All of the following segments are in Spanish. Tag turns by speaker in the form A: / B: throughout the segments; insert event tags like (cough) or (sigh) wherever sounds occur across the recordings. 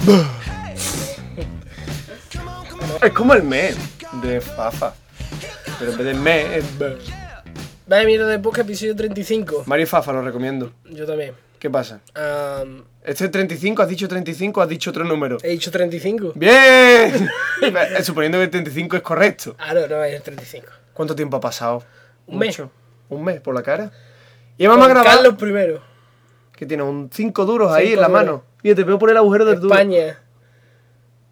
A: (laughs) Es como el me de Fafa. Pero en vez de me es be.
B: Vaya mierda de podcast, episodio 35.
A: Mario y Fafa lo recomiendo.
B: Yo también.
A: ¿Qué pasa?
B: Am,
A: Este 35, has dicho 35, has dicho otro número.
B: he dicho 35.
A: ¡Bien! (laughs) Eh, Suponiendo que el 35 es correcto.
B: Ah, no, no, es 35.
A: ¿Cuánto tiempo ha pasado?
B: Un mes.
A: Mucho. ¿Un mes por la cara? Y vamos a
B: Con
A: grabar.
B: Carlos primero.
A: Que tiene un 5 duros ahí
B: Cinco
A: en la
B: duros.
A: mano. Mira, te veo por el agujero del duro.
B: España,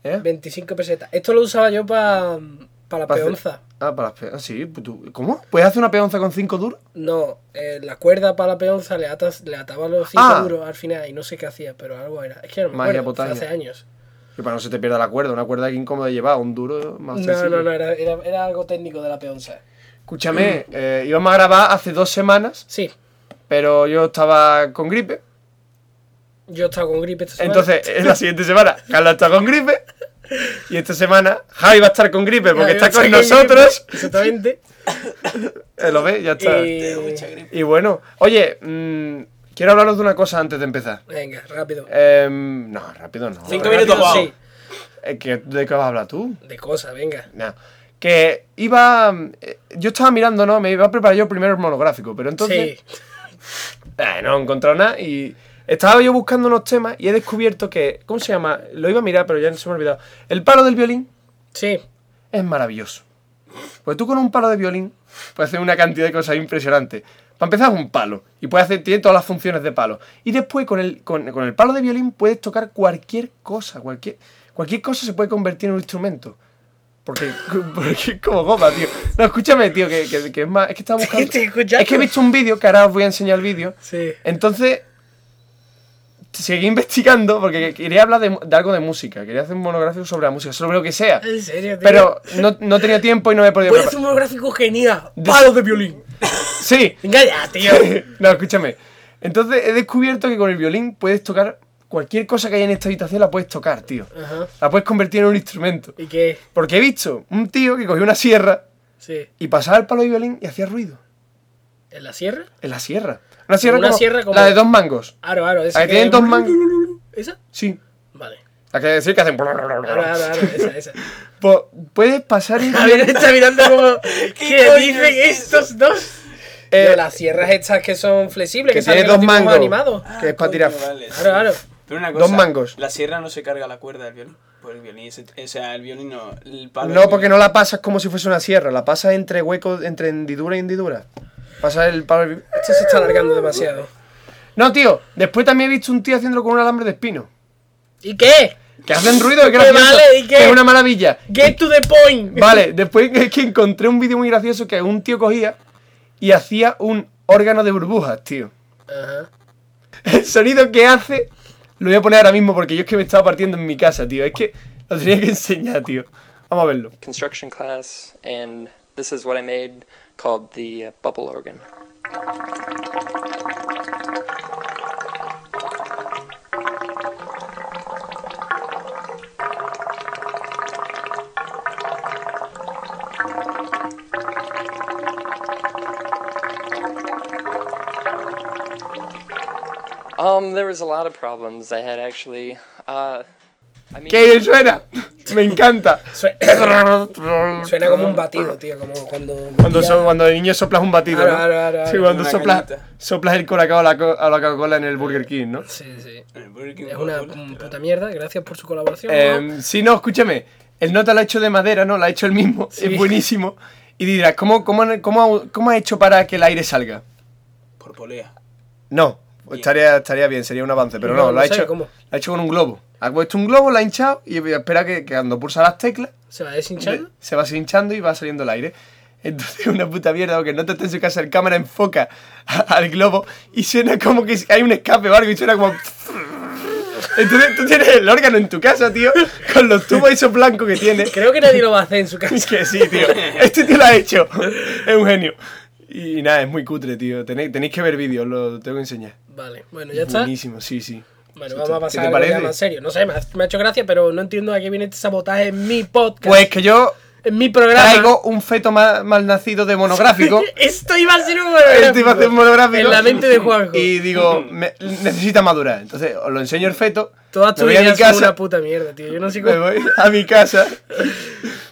A: ¿Eh?
B: 25 pesetas. Esto lo usaba yo para la
A: Para hacer-
B: peonza.
A: Ah, para las peonzas. Sí, pues tú- ¿cómo? ¿Puedes hacer una peonza con 5 duros?
B: No, eh, la cuerda para la peonza le, atas, le ataba los 5
A: Ah.
B: duros al final y no sé qué hacía, pero algo era. Es que no me
A: Magia
B: acuerdo, fue
A: potagia.
B: hace años.
A: Que para no se te pierda la cuerda, una cuerda que incómoda de llevar, un duro más
B: No,
A: sencillo.
B: no, no, era, era- era algo técnico de la peonza.
A: Escúchame, eh, íbamos a grabar hace dos semanas,
B: Sí,
A: pero yo estaba con gripe.
B: yo he estado con gripe esta semana.
A: Entonces, en la siguiente semana, Carla está con gripe. Y esta semana, Javi va a estar con gripe porque
B: Ahí va
A: está
B: a
A: con
B: estar
A: nosotros. (laughs)
B: gripe, Exactamente.
A: Eh, ¿Lo ves? Ya está.
B: Y-
A: Y bueno, oye, mm, quiero hablaros de una cosa antes de empezar.
B: Venga, rápido.
A: Em, no, rápido no.
C: Cinco
A: Rápido.
C: minutos,
B: Rápido,
C: guau.
B: sí.
A: Eh, ¿qué- ¿De qué vas a hablar tú?
B: De cosas, venga.
A: Nah. Que iba. eh, Yo estaba mirando, ¿no? Me iba a preparar yo primero el monográfico, pero entonces.
B: sí.
A: Eh, no he encontrado nada y estaba yo buscando unos temas y he descubierto que, ¿cómo se llama? Lo iba a mirar, pero ya se me ha olvidado. El palo del violín
B: Sí.
A: es maravilloso. Pues tú con un palo de violín puedes hacer una cantidad de cosas impresionantes. Para empezar es un palo y puedes hacer, tiene todas las funciones de palo. Y después con el, con, con el palo de violín puedes tocar cualquier cosa, cualquier, cualquier cosa se puede convertir en un instrumento. Porque, (laughs) porque es como goma, tío. No, escúchame, tío, que, que- que es más... Es que
B: (laughs)
A: estaba buscando...
B: estoy escuchando.
A: es que he visto un vídeo, que ahora os voy a enseñar el vídeo,
B: Sí.
A: entonces, seguí investigando porque quería hablar de, de algo de música. Quería hacer un monográfico sobre la música, sobre lo que sea.
B: En serio, tío.
A: Pero no, no tenía tiempo y no me he podido
B: Eh, Puedes hacer
A: preparar.
B: un monográfico genial.
A: De-
B: Palos de violín.
A: (laughs) Sí.
B: Venga ya, tío.
A: no, escúchame. Entonces, he descubierto que con el violín puedes tocar cualquier cosa que haya en esta habitación, la puedes tocar, tío.
B: Ajá.
A: La puedes convertir en un instrumento.
B: ¿Y qué?
A: Porque he visto un tío que cogió una sierra
B: Sí.
A: y pasaba el palo de violín y hacía ruido.
B: ¿En la sierra?
A: En la sierra. Una sierra,
B: Una
A: como,
B: sierra como-
A: La de dos mangos.
B: Aro, aro. Esa
A: La que tienen
B: es-
A: dos mangos.
B: ¿Esa?
A: Sí.
B: Vale.
A: La que sí que hacen.
B: Aro, aro, aro.
A: (laughs)
B: Esa, esa.
A: Po- Puedes pasar
B: (laughs)
A: el
B: Javier
A: violín-
B: está mirando como. ¿Qué,
C: coño
B: dicen
C: es
B: estos dos?
A: Eh,
B: De las sierras estas que son flexibles, que,
A: que tiene
B: salen
A: dos
B: los dibujos
A: mangos.
B: animados.
A: Que es para
C: Ah, Coño,
A: tirar.
C: vale, sí.
B: Claro, claro.
C: Pero una
A: Dos
C: cosa,
A: mangos.
C: La sierra no se carga la cuerda del violín. Pues el violín, se- o sea, el violín no. El palo
A: No, porque no la pasas como si fuese una sierra. La pasas entre huecos, entre hendidura y hendidura. Pasas el palo.
B: Esto se está alargando demasiado.
A: No, tío. Después también he visto un tío haciéndolo con un alambre de espino.
B: ¿Y qué?
A: Que hacen ruido, que
B: Pues
A: gracioso.
B: (laughs) vale, ¿y qué?
A: que es una maravilla.
B: Get to the point.
A: Vale, después es que encontré un vídeo muy gracioso que un tío cogía y hacía un órgano de burbujas, tío.
B: Ajá.
A: El sonido que hace lo voy a poner ahora mismo porque yo es que me estaba partiendo en mi casa, tío. Es que lo tenía que enseñar, tío. Vamos a verlo.
D: construction class, and this is what I made called the uh, bubble organ. Um, there was a lot of problems I had actually. Uh, I mean,
A: ¡Qué bien suena! Me encanta.
B: Sue- (clears throat) Suena como un batido, tío, como cuando...
A: Ah. Cuando, so- cuando de niño soplas un batido,
B: Ahora,
A: ¿no?
B: ahora, ahora,
A: sí,
B: ahora.
A: cuando
C: Una
A: soplas,
C: cañita.
A: soplas el colacao a la, co- a la Coca-Cola en el Burger King, ¿no?
B: Sí, sí.
C: Es
B: Es una mm, puta mierda, gracias por su colaboración. ¿no?
A: Eh, sí, no, escúchame. El nota lo ha hecho de madera, ¿no? Lo ha hecho él mismo.
B: Sí.
A: Es buenísimo. Y dirás, ¿cómo, cómo, cómo, cómo ha hecho para que el aire salga?
C: Por polea.
A: No, estaría, estaría bien, sería un avance, pero no,
B: No, no
A: lo ha
B: sé,
A: hecho.
B: ¿cómo?
A: Lo ha hecho con un globo. Ha puesto un globo, lo ha hinchado y espera que, que cuando pulsa las teclas
B: ¿Se va deshinchando?
A: se va hinchando y va saliendo el aire. Entonces (laughs) una puta mierda, porque no te esté en su casa, el cámara enfoca a- al globo y suena como que hay un escape o algo y suena como... (laughs) Entonces tú tienes el órgano en tu casa, tío, con los tubos esos blancos que tiene. (laughs)
B: Creo que nadie lo va a hacer en su
A: Es (laughs)
B: casa.
A: que sí, tío. Este tío lo ha hecho. Es un genio. Y nada, es muy cutre, tío. Tenéis, tenéis que ver vídeos, lo tengo que enseñar.
B: Vale, bueno, ya está.
A: Buenísimo, sí, sí.
B: Bueno,
A: Sí,
B: vamos
A: te-
B: a
A: ¿qué te
B: pasar algo ya
A: parece?
B: más serio. No sé, me ha, me ha hecho gracia, pero no entiendo a qué viene este sabotaje en mi podcast.
A: Pues que yo
B: en mi programa.
A: Traigo un feto ma- malnacido de monográfico.
B: (laughs)
A: (laughs)
B: Esto iba a ser un monográfico.
A: Esto iba a ser un monográfico.
B: En la mente de Juanjo.
A: (laughs) Y digo, me- necesita madurar. Entonces, os lo enseño el feto.
B: Todas
A: me
B: tus
A: voy a mi
B: ideas son
A: casa.
B: una puta mierda, tío. Yo no sé
A: Me
B: cómo.
A: voy a mi casa.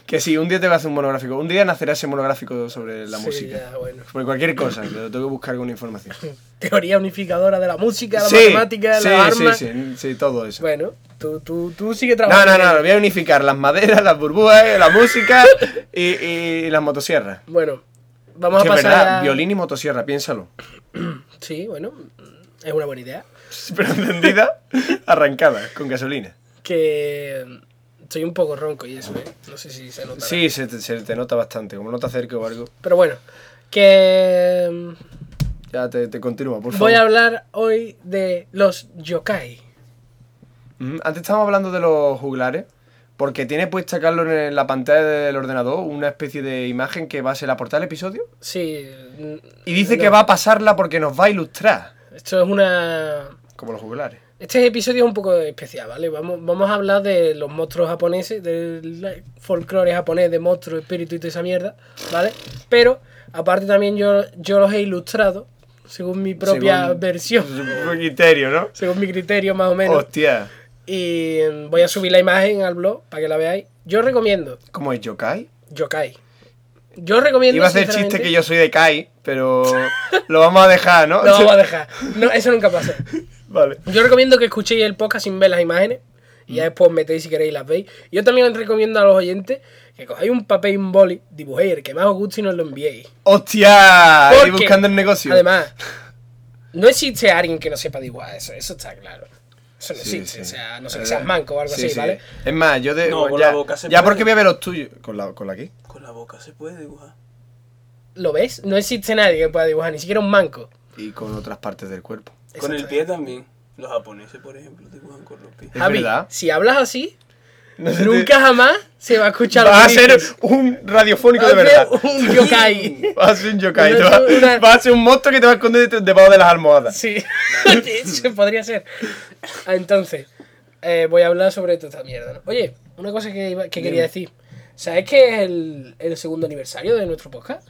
A: Que sí, un día te voy a hacer un monográfico. Un día nacerá ese monográfico sobre la
B: Sí,
A: música.
B: ya, bueno.
A: Sobre cualquier cosa, pero tengo que buscar alguna información.
B: Teoría unificadora de la música, la
A: sí,
B: matemática,
A: sí,
B: la arma.
A: sí, sí, sí, todo eso.
B: Bueno, tú, tú, tú sigue
A: No,
B: trabajando.
A: no, no, voy a unificar las maderas, las burbujas, eh, la música y, y las motosierras.
B: Bueno, vamos
A: que
B: a
A: es
B: pasar
A: verdad,
B: a-
A: violín y motosierra, piénsalo. (laughs)
B: Sí, bueno, es una buena idea.
A: Pero encendida, arrancada, con gasolina.
B: Que mm, soy un poco ronco y eso, ¿eh? No sé si se nota.
A: Sí, se te, se te nota bastante. Como no te acerques o algo,
B: Pero bueno, que mm,
A: ya te, te continúa, por favor.
B: voy a hablar hoy de los yokai.
A: Mm, Antes estábamos hablando de los juglares, porque tiene puesta Carlos en la pantalla del ordenador una especie de imagen que va a ser la portada del episodio.
B: Sí. mm,
A: Y dice
B: no,
A: que va a pasarla porque nos va a ilustrar,
B: Esto es una.
A: como los juglares. (laughs)
B: Este episodio es un poco especial, ¿vale? Vamos, vamos a hablar de los monstruos japoneses, del folclore japonés de monstruos, espíritu y toda esa mierda, ¿vale? Pero, aparte también yo, yo los he ilustrado, según mi propia
A: Según- (laughs)
B: versión,
A: Fue criterio, ¿no?
B: según mi criterio más o menos.
A: Hostia.
B: Y mm, voy a subir la imagen al blog para que la veáis. Yo recomiendo
A: ¿Cómo es Yokai?
B: Yokai. Yo recomiendo.
A: Iba a hacer
B: sinceramente-
A: chiste que yo soy de Kai, pero (laughs) lo vamos a dejar, ¿no? (laughs)
B: No, vamos a dejar. No, eso nunca pasa.
A: Vale.
B: Yo recomiendo que escuchéis el podcast sin ver las imágenes. Y
A: Mm.
B: ya después os metéis si queréis y las veis. Yo también les recomiendo a los oyentes que cojáis un papel y un boli, dibujéis el que más os guste y nos lo enviéis.
A: ¡Hostia!
B: Porque,
A: Y buscando el negocio. (laughs)
B: Además, no existe alguien que no sepa dibujar eso, eso está claro. Eso no
A: Sí,
B: existe,
A: sí.
B: o sea, no sé, que
A: Es
B: seas
A: verdad.
B: manco o algo
A: Sí,
B: así,
A: sí.
B: ¿vale?
A: Es más, yo de. pues
C: No, con
A: ya,
C: la boca se
A: ya
C: puede.
A: porque voy a ver los tuyos. ¿Con la, con la qué?
C: Con la boca se puede dibujar.
B: ¿Lo ves? No existe nadie que pueda dibujar, ni siquiera un manco.
A: Y con otras partes del cuerpo.
C: Con el
B: Exacto.
C: pie también. Los japoneses, por ejemplo, dibujan con los pies.
A: Es
B: Javi,
A: verdad.
B: si hablas así,
A: (laughs) No se te- (laughs)
B: (laughs) nunca jamás se va a escuchar
A: Va
B: que
A: a ser
B: dices.
A: un radiofónico
B: Va
A: de
B: a
A: verdad.
B: ser un
A: (laughs)
B: yokai.
A: Va a ser un yokai. te
B: Una-
A: va,
B: una-
A: (laughs) va a ser un monstruo que te va a esconder de- debajo de las almohadas.
B: (laughs) Sí, se podría ser. Ah, Entonces, eh, voy a hablar sobre toda esta mierda. ¿no? Oye, una cosa que, iba- que quería decir. ¿Sabes que es el, el segundo aniversario de nuestro podcast?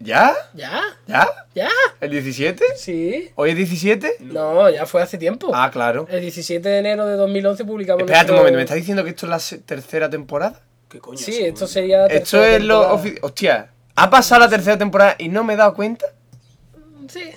A: ¿Ya?
B: ¿Ya?
A: ¿Ya?
B: ¿Ya?
A: ¿El 17?
B: Sí.
A: ¿Hoy es 17?
B: No, ya fue hace tiempo.
A: Ah, claro.
B: El 17 de enero de 2011 publicamos...
A: Espérate un
B: nuestro-
A: momento, ¿me estás diciendo que esto es la se- tercera temporada?
C: ¿Qué coño?
B: Sí,
C: seguro?
B: esto sería... la
A: Esto
B: tercera
A: es lo
B: temporada.
A: ofi- Hostia, ha pasado la tercera temporada y no me he dado cuenta.
B: Sí.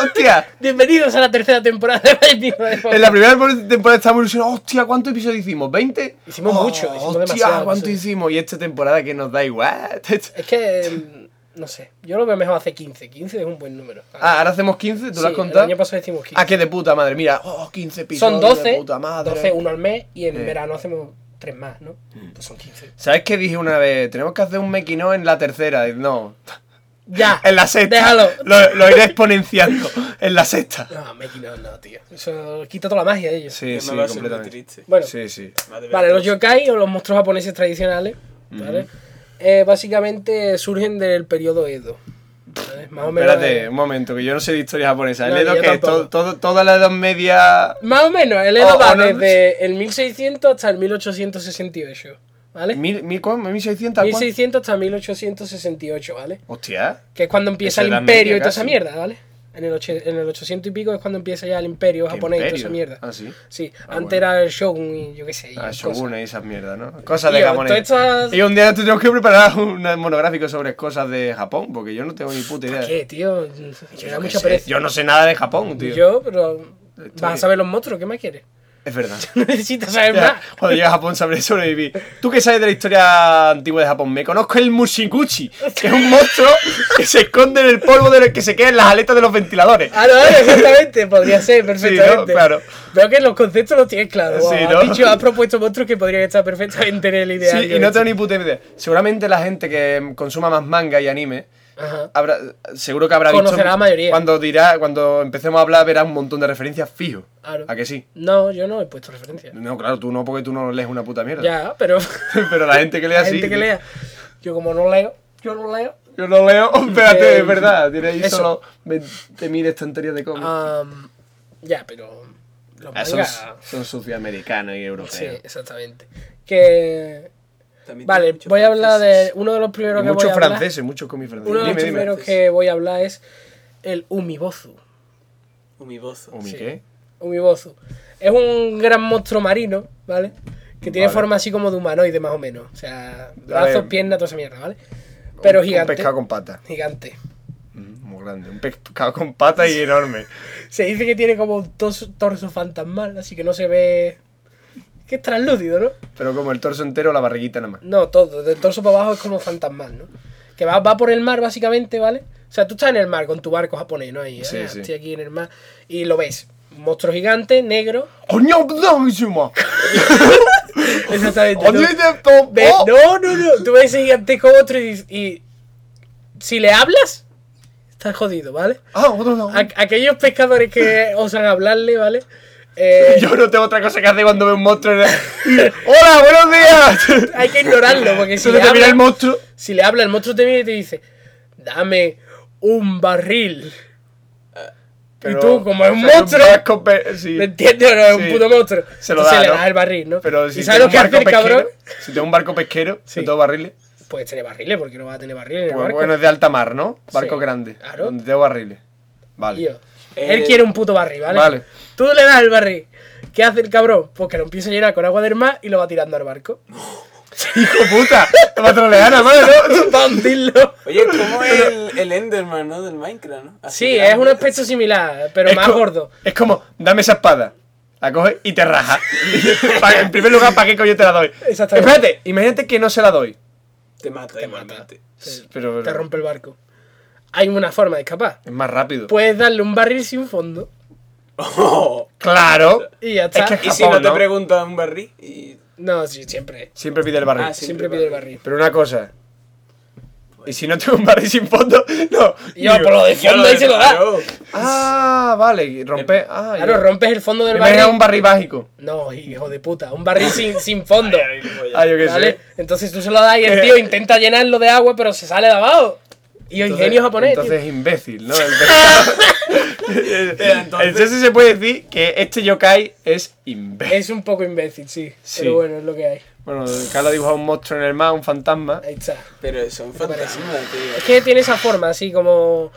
A: Hostia,
B: Bienvenidos a la tercera temporada de My Pico de Podcast.
A: en la primera temporada estábamos ilusionados. Hostia, ¿cuántos episodios hicimos? ¿20?
B: Hicimos mucho, hicimos
A: Hostia,
B: demasiado,
A: ¿cuánto
B: sí.
A: hicimos? Y esta temporada que nos da igual. (laughs)
B: Es que... mm, No sé, yo lo veo mejor hace 15. 15 es un buen número.
A: Ah, ahora hacemos 15, ¿tú
B: Sí,
A: lo has contado?
B: El año pasado hicimos 15.
A: Ah, que de puta madre, mira, oh, 15 episodios.
B: son 12,
A: de puta madre.
B: 12, uno al mes, y en
A: Eh. Mm.
B: verano hacemos tres más, ¿no? Pues son 15.
A: ¿Sabes qué dije una vez? Tenemos que hacer un mequino en la tercera. Y No,
B: ¡Ya!
A: (laughs) en la sexta.
B: Déjalo.
A: Lo, lo iré exponenciando. (laughs) En la sexta.
B: No, Meki no, no, tío. Eso quita toda la magia de ellos.
A: eh. Sí,
C: Que
A: sí,
C: me va a ser muy
A: completamente.
C: triste.
B: Bueno,
A: Sí, sí.
C: Madre
B: vale,
C: mía.
B: los yokai o los monstruos japoneses tradicionales,
A: Mm.
B: ¿vale? Eh, básicamente surgen del periodo Edo. ¿vale? Más o menos.
A: Espérate, un momento, que yo no sé de historia japonesa.
B: No,
A: el Edo
B: yo
A: que es
B: tampoco.
A: to- todo- toda la edad media.
B: Más o menos, el Edo
A: O-
B: va
A: o Oh, no-
B: desde el 1600 hasta el 1868, ¿vale?
A: ¿Mil, mil, cuán- 1600? ¿cuán?
B: 1600 hasta 1868, ¿vale?
A: Hostia.
B: Que es cuando
A: Eso
B: empieza el
A: era
B: imperio y
A: América,
B: toda esa
A: casi.
B: mierda, ¿vale? En el, oche- en el 800 y pico es cuando empieza ya el imperio
A: ¿qué
B: japonés y toda
A: imperio?
B: esa mierda.
A: Ah, sí.
B: Sí,
A: Ah,
B: antes
A: bueno.
B: era el Shogun y yo qué sé. y
A: Ah,
B: cosas.
A: Shogun y esas mierdas, ¿no? Cosas de
B: Tío,
A: japonés.
B: todas estas-
A: Y un día tenemos que preparar un monográfico sobre cosas de Japón, porque yo no tengo ni puta idea.
B: ¿Qué, tío? Me
A: Yo,
B: da
A: qué
B: mucha
A: sé,
B: pereza.
A: yo no sé nada de Japón, tío.
B: Yo, pero. Vas a
A: bien.
B: saber los monstruos, ¿qué más quieres? (laughs)
A: Es verdad.
B: No necesitas
A: (laughs)
B: saber
A: Ya,
B: más.
A: cuando llegue a Japón sabré sobrevivir. ¿Tú qué sabes de la historia antigua de Japón? Me conozco el Mushiguchi, que es
B: (laughs)
A: un monstruo que se esconde en el polvo de lo que se queda en las aletas de los ventiladores.
B: Ah, no, no, exactamente,
A: (laughs)
B: podría ser, perfectamente.
A: Claro.
B: Veo que los conceptos los tienes claros.
A: Sí,
B: has,
A: ¿no?
B: dicho, has propuesto monstruos que podrían estar perfectamente en el este. ideal.
A: Sí,
B: yo
A: y no
B: he
A: tengo
B: dicho.
A: ni puta idea. Seguramente la gente que mm, consuma más manga y anime
B: Ajá.
A: habrá, seguro que habrá
B: Conocerá
A: visto
B: la mayoría.
A: cuando dirá, cuando empecemos a hablar verá un montón de referencias fijo.
B: Claro.
A: ¿A que sí?
B: No, yo no he puesto referencia.
A: No, claro, tú no porque tú no lees una puta mierda.
B: Ya, pero.
A: (laughs) Pero la gente que lea
B: La
A: sí.
B: gente que lea. Yo, como no leo, yo no leo.
A: Yo no leo, (laughs) espérate,
B: Eh,
A: es verdad, tiene ahí
B: eso. Ah,
A: solo 20.000 estanterías de cómics.
B: Am, ya, pero. Los
A: Ah, son,
B: mangas-
A: son sucios americanos y
B: Sí,
A: europeos.
B: exactamente. Que.
C: También tiene
B: Vale,
C: muchos
B: voy a hablar de
C: franceses.
B: uno de los
A: Y
B: primeros que voy a
A: muchos
B: hablar.
A: franceses, muchos comis franceses.
B: Uno de los
A: Dime, dime.
B: primeros que voy a hablar es el umibozu.
C: Umibozo.
A: ¿O mi
B: sí.
A: qué?
B: Umibozu. Es un gran monstruo marino, ¿vale? Que tiene
A: Vale.
B: forma así como de humanoide, más o menos. O sea, brazos,
A: ver.
B: piernas, toda esa mierda, ¿vale? Pero
A: Un-
B: gigante.
A: Un pescado con pata.
B: Gigante.
A: Mm, Muy grande. Un pescado con pata y enorme.
B: Se dice que tiene como un tos- torso fantasmal, así que no se ve. Que es translúcido, ¿no?
A: Pero como el torso entero, la barriguita
B: (laughs)
A: nada más.
B: No, todo, del torso para abajo es como fantasmal, ¿no? Que va, va por el mar, básicamente, ¿vale? O sea, tú estás en el mar con tu barco japonés, ¿no? Ahí,
A: Sí,
B: ah,
A: sí.
B: Estoy aquí en el mar. Y lo ves. Un monstruo gigante, negro. (laughs)
A: ¡Coño, buenísimo!
B: Exactamente.
A: ¡Coño,
B: ¿no?
A: de top!
B: Ve-
A: ¡Oh!
B: No, no, no. Tú ves ese gigantesco otro y, dices- y- Si le hablas, estás jodido, ¿vale?
A: ¡Ah, otro no!
B: A- aquellos pescadores que osan hablarle, ¿vale? Eh,
A: Yo no tengo otra cosa que hacer cuando veo un monstruo. en la- ¡Hola, buenos días!
B: hay que
A: (laughs)
B: ignorarlo, porque si
A: Solo
B: le,
A: te mira
B: habla,
A: el monstruo.
B: si le habla, el monstruo te viene y te dice: Dame un barril.
A: Pero-
B: tú, como es un
A: o sea,
B: monstruo,
A: barco pe- sí.
B: ¿Me entiendes o no? Es
A: Sí.
B: un puto monstruo.
A: Se lo
B: Entonces
A: da,
B: le
A: ¿no?
B: das el barril, ¿no?
A: Pero
B: ¿Y
A: si tengo
B: sabes lo
A: un
B: que hace
A: barco
B: el
A: pesquero,
B: cabrón?
A: si tengo un barco pesquero,
B: Sí.
A: con todos barriles,
B: Pues tiene barriles, porque no va a tener barriles en el
A: pues
B: barco.
A: bueno, es de alta mar, ¿no? Barco
B: Sí,
A: grande,
B: claro.
A: donde tengo barriles. Vale.
B: Tío,
C: Eh,
B: él quiere un puto barril, ¿vale?
A: vale.
B: Tú le das el barril. ¿Qué hace el cabrón? Pues que lo empieza a llenar con agua del mar y lo va tirando
A: (laughs)
B: al barco.
A: ¡Hijo puta! ¡Te va a trolear,
B: (laughs)
A: hermano!
B: Para hundirlo.
C: Oye, como el, el Enderman, ¿no? Del Minecraft, ¿no? Así
B: Sí,
C: grande.
B: es un aspecto similar, pero
A: Es
B: más
A: co-
B: gordo.
A: Es como, dame esa espada. La coge y te raja. (laughs) Pa- en primer lugar, ¿para qué coño te la doy?
B: Exactamente.
A: Espérate, imagínate que no se la doy.
C: Te mata,
B: Te mata.
C: igualmente.
A: Pero,
B: Te rompe el barco. Hay una forma de escapar.
A: es más rápido.
B: Puedes darle un barril sin fondo
C: (laughs) Oh.
A: claro.
B: y ya
A: Es
B: está.
A: que es
C: Y si
A: Japón,
C: no te
A: ¿no?
C: preguntan un barril y.
B: No, sí, siempre.
A: Siempre pide el barril.
C: Ah, sí.
B: Siempre
C: Siempre
B: pide el
C: barril.
B: barril.
A: Pero una cosa. Y si no tengo un barril sin fondo, (laughs) no.
B: Y yo,
A: Digo,
B: por lo de fondo ahí se lo da.
C: Claro.
A: Ah, vale, y rompe. Ah,
B: Eh, Claro,
A: yo-
B: rompes el fondo del
A: Me
B: barril.
A: da un barril mágico.
B: No, hijo de puta. Un barril sin, sin
A: (laughs)
B: fondo.
A: Ah, yo qué
B: ¿Vale?
A: sé.
B: Entonces tú se lo das
A: (laughs)
B: y el tío intenta llenarlo de agua, pero se sale de abajo. Y el ingenio japonés. tío.
A: Entonces es imbécil,
B: (laughs)
A: ¿no? El pescado. entonces...
C: entonces-
A: se puede decir que este yokai es imbécil.
B: Es un poco imbécil, sí.
A: Sí.
B: Pero bueno, es lo que hay.
A: Bueno, Carlos ha dibujado un monstruo en el mar, un fantasma.
B: Ahí está.
C: Pero son fantasmas,
B: Es
C: tío.
B: que tiene esa forma, así como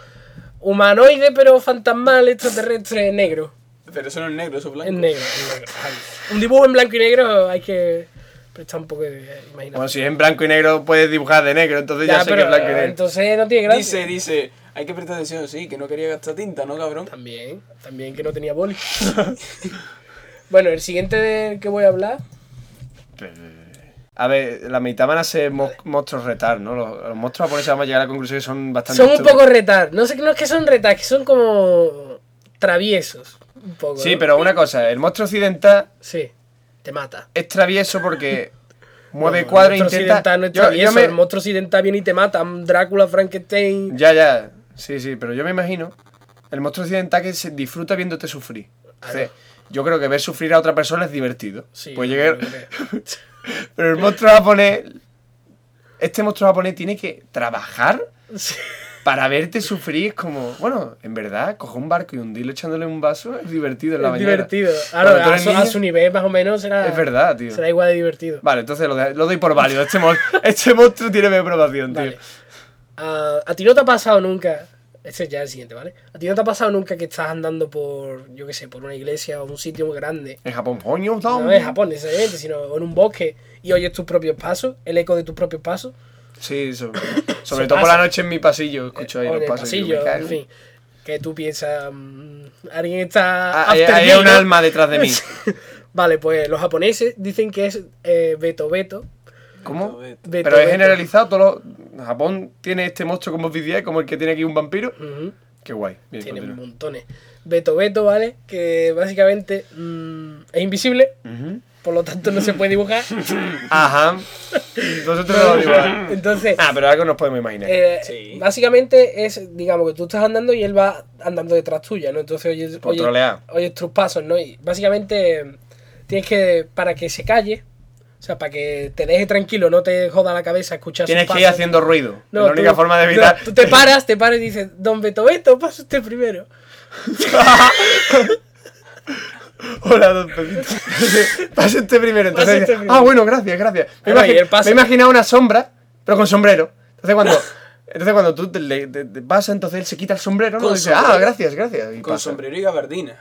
B: humanoide, pero fantasmal, extraterrestre, negro.
C: Pero son los negros, son
B: Es
C: blancos.
B: negro. es negro. Ay. Un dibujo en blanco y negro hay que prestar un poco de
A: Bueno,
B: imaginación.
A: si es en blanco y negro, puedes dibujar de negro, entonces ya,
B: Ya,
A: sé
B: pero,
A: que es blanco y negro.
B: entonces no tiene gracia.
C: Dice, dice, hay que prestar atención, sí, que no quería gastar tinta, ¿no, cabrón?
B: También, también que no tenía boli. (laughs) bueno, el siguiente del que voy a hablar.
A: A ver, la meitámana se mo- monstruos retar, ¿no? Los, los monstruos japoneses vamos a llegar a la conclusión que son bastante.
B: Son un
A: estúpidos.
B: poco retar. No sé, no es que son retar, que son como traviesos. Un poco.
A: Sí,
B: ¿no?
A: pero una cosa, el monstruo occidental
B: Sí, te mata.
A: es travieso
B: (laughs)
A: porque mueve
B: No,
A: cuadro e
B: El monstruo
A: intenta.
B: occidental no es
A: Yo- yo
B: travieso,
A: me-
B: el monstruo occidental viene y te mata. Drácula, Frankenstein.
A: Ya, ya. Sí, sí, pero yo me imagino el monstruo occidental que se disfruta viéndote sufrir. Entonces, yo creo que ver sufrir a otra persona es divertido.
B: Sí,
A: Puede llegar-
B: yo creo
A: Pero el monstruo japonés. Este monstruo japonés tiene que trabajar (laughs)
B: que- Sí.
A: para verte sufrir. Es como, bueno, en verdad, coger un barco y hundirlo echándole un vaso es divertido en la
B: Es
A: mañana.
B: divertido.
A: Cuando
B: Ahora,
A: tú
B: a,
A: eres
B: su, a
A: niño,
B: su nivel más o menos será,
A: Es verdad, tío.
B: será igual de divertido.
A: Vale, entonces lo, de- lo doy por válido. Este,
B: (laughs)
A: mon- este monstruo tiene mi aprobación, tío.
B: Vale. Ah, a ti no te ha pasado nunca. Este ya es el siguiente, ¿vale? A ti no te ha pasado nunca que estás andando por, yo qué sé, por una iglesia o un sitio muy grande.
A: En Japón, coño,
B: No en Japón necesariamente, sino en un bosque y oyes tus propios pasos, el eco de tus propios pasos.
A: Sí, sobre,
B: Se
A: sobre todo por
B: pasa. Eh,
A: la noche en mi pasillo. Escucho ahí
B: o en
A: los
B: el
A: pasos. y yo me
B: pasillo,
A: cago.
B: en fin. Que tú piensas, mm, alguien está.
A: Ah, hay-
B: after
A: hay
B: me,
A: un
B: ¿no?
A: alma detrás de mí.
B: (laughs) vale, pues los japoneses dicen que es eh, Beto Beto.
A: ¿Cómo?
C: Beto,
B: Beto,
A: Pero es
B: Beto.
A: generalizado. Todos los- Japón tiene este monstruo como es como el que tiene aquí un vampiro.
B: Ujú.
A: Qué guay. Bien,
B: Tienen
A: continúa.
B: montones. Beto Beto, ¿vale? Que básicamente mm, es invisible,
A: Ujú.
B: por lo tanto no se
A: (laughs)
B: puede dibujar.
A: Ajá. Nosotros no lo
B: (laughs)
A: digo.
B: Entonces,
A: Ah, pero algo nos podemos imaginar.
B: eh,
C: Sí.
B: básicamente es, digamos, que tú estás andando y él va andando detrás tuya, ¿no? Entonces oyes,
A: Por
B: oyes-
A: trolear.
B: oyes tus pasos, ¿no? Y básicamente mm, tienes que, para que se calle, o sea, para que te deje tranquilo, no te joda la cabeza escuchar sus
A: Tienes que ir
B: pasos.
A: haciendo ruido.
B: No,
A: es la única
B: tú-
A: forma de
B: no,
A: evitar. (laughs)
B: tú te paras, te paras y dices, Don Beto Beto, pasa usted primero.
A: Hola, don
B: (laughs)
A: Pepito. Pase usted primero. Entonces,
B: Pase usted
A: dice,
B: primero.
A: Ah, bueno, gracias, gracias. Me,
B: Claro, y
A: imagi-
B: él
A: me
B: pasa.
A: he imaginado una sombra, pero con sombrero. Entonces
B: (laughs)
A: cuando, entonces, cuando tú te, le- te- te vas, entonces él se quita el sombrero ¿no?
C: Con
A: y dice,
C: sombrero.
A: ah, gracias, gracias. Y
C: Con
A: pasa.
C: sombrero y gabardina.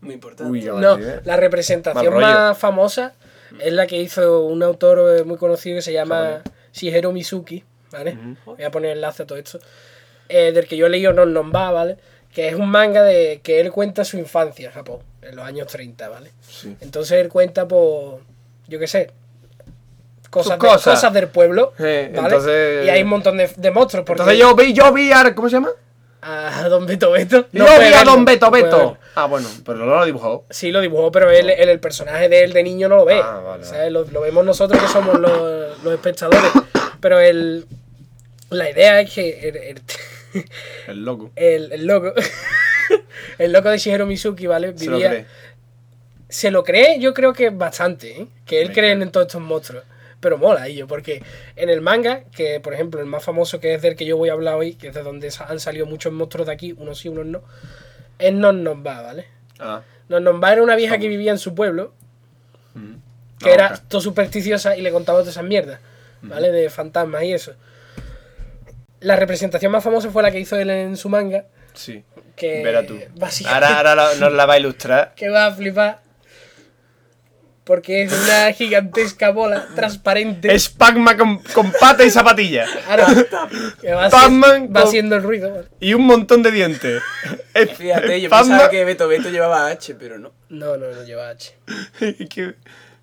C: Muy importante.
A: Uy, ya
B: No,
A: vale, ¿eh?
B: la representación
A: Mal rollo.
B: más famosa es la que hizo un autor eh, muy conocido que se llama Shigeru Mizuki, ¿vale? Voy a poner enlace a todo esto. eh, del que yo he leído Non Nonba, ¿vale? Que es un manga de que él cuenta su infancia en Japón, en los años 30, ¿vale?
A: Sí.
B: Entonces él cuenta, pues, yo qué sé,
A: Sus
B: cosas, de-
A: cosas.
B: cosas del pueblo,
A: Sí,
B: ¿vale?
A: entonces-
B: Y hay un montón de, de monstruos. Porque
A: Entonces yo vi, yo vi a... ¿Cómo se llama?
B: A Don Beto Beto.
A: yo
B: No puede
A: vi a
B: verlo,
A: Don Beto
B: no puede
A: Beto.
B: verlo.
A: Ah, bueno, pero no lo ha dibujado.
B: Sí, lo dibujó, pero él, él- el personaje de él de niño no lo ve.
A: Ah, vale,
B: O sea, lo, lo vemos nosotros que somos los, los espectadores. Pero el, la idea es que el, (laughs) el-
A: El loco.
B: el- el loco. (laughs) El loco de Shigeru Mizuki, ¿vale?
A: Se lo
B: Vivía.
A: cree.
B: se lo cree, yo creo que bastante, ¿eh? que él
A: Me
B: cree en todos estos monstruos. Pero mola ello, porque en el manga, que por ejemplo el más famoso que es del que yo voy a hablar hoy, que es de donde sa- han salido muchos monstruos de aquí, unos sí, unos no, es Non Nonba, ¿vale?
A: Ah.
B: Non Nonba era una vieja que vivía en su pueblo,
A: Mm.
B: que
A: Ah,
B: era
A: ok.
B: todo supersticiosa y le contaba todas esas mierdas, ¿vale? De fantasmas y eso. La representación más famosa fue la que hizo él en su manga,
A: Sí.
B: que
A: Verá tú.
B: básicamente
A: Ahora, ahora la- nos la va a ilustrar.
B: que va a flipar. Porque es
A: (laughs)
B: una gigantesca bola transparente.
A: Es Pac-Man con, con pata y zapatilla. (laughs)
B: Ahora, que va, haci-
A: Batman
B: va
A: con-
B: haciendo el ruido. ¿vale?
A: Y un montón de dientes. Eh, Es-
C: Fíjate, yo
A: Pac-Man- (laughs)
C: pensaba que Beto Beto llevaba H, pero no.
B: No, no, no lleva H.
A: que-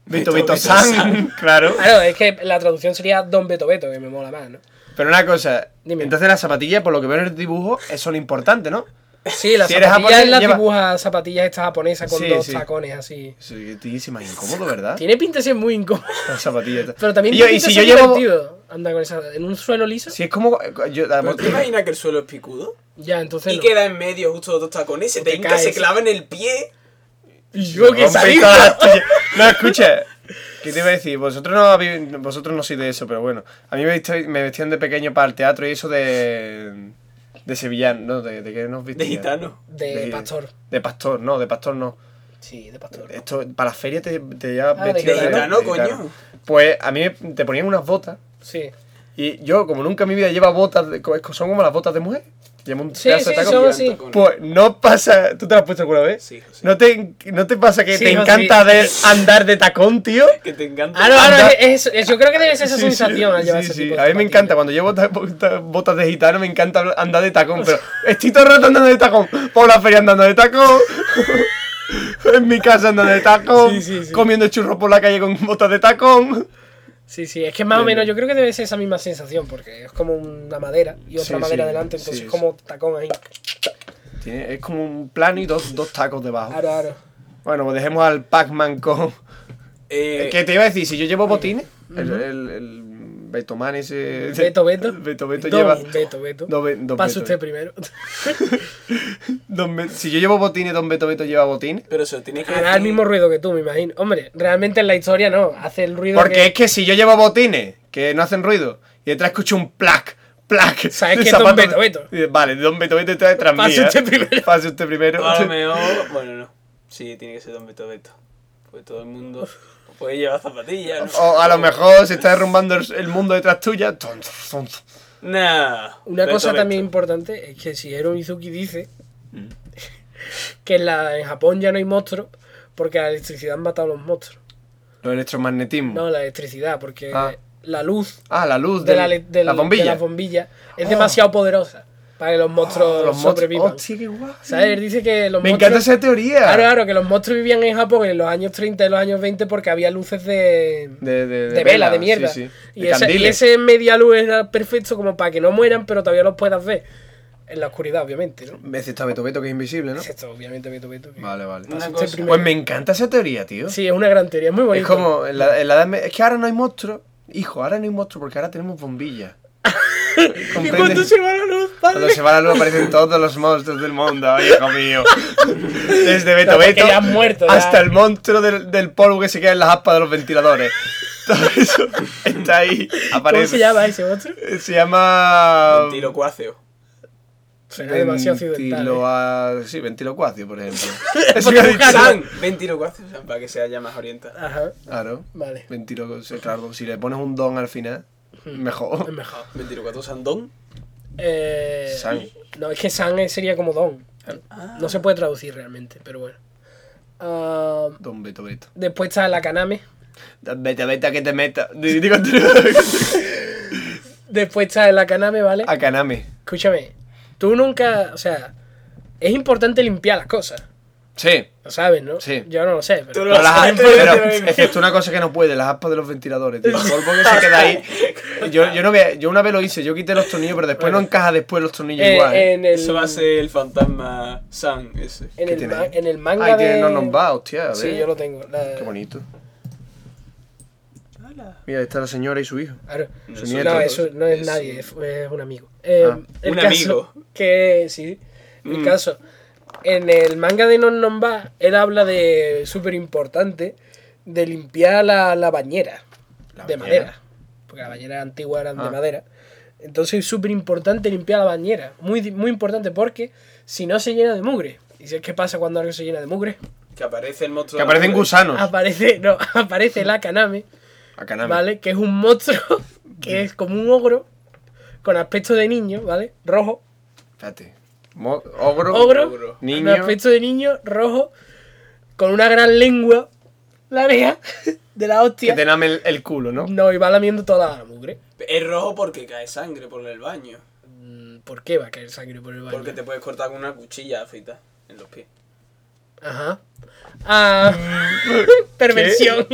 A: Beto Beto San, (laughs) claro.
B: Claro, Ah, es que la traducción sería Don Beto Beto, que me mola más, ¿no?
A: Pero una cosa,
B: Dime.
A: entonces las zapatillas, por lo que veo en el dibujo, eh, son importantes, ¿no?
B: Sí, las
A: Si eres
B: zapatillas
A: japonés,
B: las
A: lleva-
B: dibuja zapatillas estas japonesas con
A: Sí,
B: dos
A: sí.
B: tacones así.
A: Eso que te dice más incómodo, ¿verdad?
B: Tiene pinta de ser muy incómodo.
A: Las zapatillas.
B: Pero también
A: y, yo- y
B: tiene pinta
A: si
B: de
A: yo
B: ser
A: llevo...
B: divertido. Anda con esa. En un suelo liso.
A: Si es como... Yo,
C: ¿Pero
A: además-
C: te imaginas que el suelo es picudo?
B: Ya, entonces.
C: Y
B: no.
C: queda en medio justo dos tacones, se
B: te
C: te hinca, se
B: caes.
C: clava en el pie.
B: Y yo que
A: Rompe
B: salí.
A: todas las tuyas. No, escucha. ¿Qué te iba a decir? Vosotros no, habéis- vosotros no sois de eso, pero bueno. A mí me, vist- me vestían de pequeño para el teatro y eso de... De sevillano, ¿no? ¿De, de qué nos
C: De
A: vestían?
C: gitano.
B: De pastor.
A: De pastor, no, de pastor no.
B: Sí, de pastor.
A: Esto, para la feria te, te llevas
B: Ah, de
A: vestido de,
C: gitano,
A: de
C: coño.
A: Pues a mí me- te ponían unas botas
B: Sí.
A: y yo, como nunca en mi vida lleva botas, de- co- son como las botas de mujer. Llevo un
B: Sí,
A: pedazo de
B: sí,
A: tacón.
B: son
C: Llevan
B: así.
C: tacones.
A: Pues no pasa. ¿Tú te las has puesto alguna vez?
C: Sí, José.
A: ¿No te, ¿No te pasa que
B: Sí,
A: te
B: José.
A: encanta de andar de tacón,
B: (laughs)
A: tío?
C: Que te encanta.
B: Ah, no, ah, no,
A: Anda.
B: es- es- yo creo que debe ser esa
A: Sí,
B: sensación
A: sí,
B: al llevar
A: sí,
B: ese
A: sí.
B: tipo de
A: A mí me
B: zapatillas.
A: encanta, cuando llevo ta- bota- botas de gitano, me encanta andar de tacón, pero estoy todo el rato andando de tacón. Por la feria andando de tacón. (laughs) en mi casa andando de tacón.
B: Sí, sí, sí.
A: Comiendo churros por la calle con botas de tacón.
B: Sí, sí, es que más o menos yo creo que debe ser esa misma sensación, porque es como una madera y otra
A: Sí,
B: madera
A: sí,
B: delante,
A: sí,
B: entonces
A: sí.
B: es como tacón ahí.
A: Tiene- es como un plano y dos, dos tacos debajo.
B: Aro, aro.
A: Bueno, pues dejemos al Pac-Man con.
C: Eh,
A: Que te iba a decir, si yo llevo botines, el, el, el Betoman ese.
B: Beto,
A: (laughs)
B: Beto.
A: Beto, Beto
B: Don
A: lleva.
B: Beto, Beto.
A: Don Be- Don
B: Pasa
A: Beto.
B: usted primero. (laughs)
A: Don Be- si yo llevo botines, Don Beto Beto lleva botines.
C: Pero eso, tienes que.
B: Hará el
C: decir-
B: mismo ruido que tú, me imagino. Hombre, realmente en la historia no, hace el ruido
A: Porque
B: que...
A: es que si yo llevo botines que no hacen ruido y detrás escucho un plac, plac. (laughs)
B: ¿Sabes
A: de
B: qué es Don
A: zapatos-
B: Beto Beto?
A: Dice, Vale, Don Beto Beto este está detrás
B: Pase
A: mía.
B: usted primero.
A: ¿eh? Pase usted
B: (laughs)
A: primero.
C: A lo mejor- Bueno, no. Sí, tiene que ser Don Beto Beto. Pues todo el
B: (laughs)
C: mundo puede llevar zapatillas.
A: (laughs)
C: ¿no?
A: O a lo mejor se está derrumbando el el mundo detrás tuya. Ton, ton, ton.
C: Nah.
B: Una
C: Beto
B: cosa
C: Beto. Mm.
B: también importante es que si Hiro Mizuki dice (laughs) que en, la, en Japón ya no hay monstruos porque la electricidad han matado a los monstruos.
A: Los electromagnetismos.
B: No, la electricidad, porque
A: Ah.
B: la luz
A: Ah, la luz
B: de,
A: del-
B: la, le- del-
A: la bombilla.
B: de las bombillas es demasiado poderosa para que los monstruos
A: Oh, los monstruos.
B: sobrevivan.
A: Hostia, qué guay.
B: ¿Sabes? Él dice que los
A: Me
B: monstruos...
A: encanta esa teoría.
B: Claro, claro, que los monstruos vivían en Japón en los años 30 y los años 20 porque había luces de...
A: De, de,
B: de vela, de mierda.
A: Sí, sí.
B: Y,
A: De
B: esa- y
A: candiles.
B: ese media luz era perfecto como para que no mueran, pero todavía los puedas ver. En la oscuridad, obviamente, ¿no?
A: Excepto a Beto Beto, que es invisible, ¿no?
B: Esto, obviamente, Beto, Beto, que-
A: Vale, vale.
C: Una
B: usted
C: cosa.
B: primero.
A: Pues me encanta esa teoría, tío.
B: Sí, es una gran teoría, es muy bonito.
A: Es como, en la, en la edad me- es que ahora no hay monstruos. Hijo, ahora no hay monstruos porque ahora tenemos bombillas.
B: (laughs) (laughs) Y cuando
A: ¿Comprendes?
B: se va la luz, padre?
A: Cuando se va la luz aparecen todos los monstruos del mundo, ay, hijo
B: (laughs)
A: mío. Desde Beto
B: No, porque
A: Beto
B: ya han muerto, ya.
A: hasta el monstruo del, del polvo que se queda en las aspas de los ventiladores. (laughs) Todo eso está ahí, aparece.
B: ¿Cómo se llama ese monstruo?
A: Um, Se llama...
C: Mentirocuáceo.
B: Será demasiado occidental. ¿eh?
A: Ventilo- Sí, ventilocuacio, por
B: (laughs)
A: ejemplo.
B: Porque
A: que ha dicho.
B: buscan-
C: San, ventilocuacio, San, para que sea ya más oriental.
B: Ajá,
A: Claro.
B: vale.
A: Ventilo, sí, claro, si le pones un don al final,
B: Es
A: mejor.
B: mejor.
C: Ventilocuacio Sandón.
B: Eh,
A: San.
B: No, es que San es- sería como Don. No se puede traducir realmente, pero bueno. Ah,
A: Don Beto Beto.
B: después está la Kaname.
A: Don Beto Beto que te meta. (laughs) Di- di continúa.
B: Después está la Kaname, ¿vale?
A: A Kaname.
B: Escúchame. Tú nunca. O sea, es importante limpiar las cosas.
A: Sí.
B: Lo sabes, ¿no?
A: Sí.
B: Yo no lo sé, pero.
C: Tú
A: Pero,
C: Pero
A: las,
C: siempre
A: (laughs) pero
C: te ven.
A: excepto una cosa que no puede, las aspas de los ventiladores, tío. El polvo que se queda (laughs) ahí. Yo, yo, no ve- yo una vez lo hice, yo quité los tornillos, pero después no encaja después los tornillos
B: Eh,
A: igual. ¿eh?
B: en el,
C: Eso va a ser el fantasma San, ese.
B: en
A: ¿Qué
B: el,
A: tiene
B: ma-
A: ahí?
B: en el manga.
A: Ahí
B: de...
A: tiene Norman Bao, hostia, a ver.
B: Sí, yo lo tengo. La-
A: Qué bonito. Mira, ahí está la señora y su hijo.
B: Claro.
C: No,
B: No,
A: Su nieto.
B: eso no es
C: Es
B: nadie,
C: un-
B: es, es un amigo. Eh,
A: Ah,
B: el
C: un
B: caso
C: amigo.
B: Que sí, el
C: Mm.
B: caso. En el manga de Non Non Ba, él habla de súper importante de limpiar la, la bañera
A: La
B: de
A: bañera.
B: madera. Porque la bañera antigua era de
A: Ah.
B: madera. Entonces es súper importante limpiar la bañera. Muy, di- muy importante porque si no se llena de mugre. ¿Y si es que pasa cuando algo se llena de mugre?
C: Que aparece el monstruo.
A: Que aparecen gusanos.
B: Aparece, no, (laughs) aparece la Kaname.
A: A Kaname.
B: ¿Vale? Que es un monstruo, (laughs) que es como un ogro, con aspecto de niño, ¿vale? Rojo.
A: Espérate. Mo- ogro.
B: Ogro,
C: ogro.
B: con
A: Niño.
B: aspecto de niño, rojo, con una gran lengua, la oreja, (laughs) de la
A: Que
B: hostia.
A: te lame el, el culo, ¿no?
B: No, y va lamiendo toda la mugre.
C: Es rojo porque cae sangre por el baño.
B: Mm, ¿Por qué va a caer sangre por el baño?
C: Porque te puedes cortar con una cuchilla afeita en los pies.
B: Ajá. Ah, (laughs) perversión.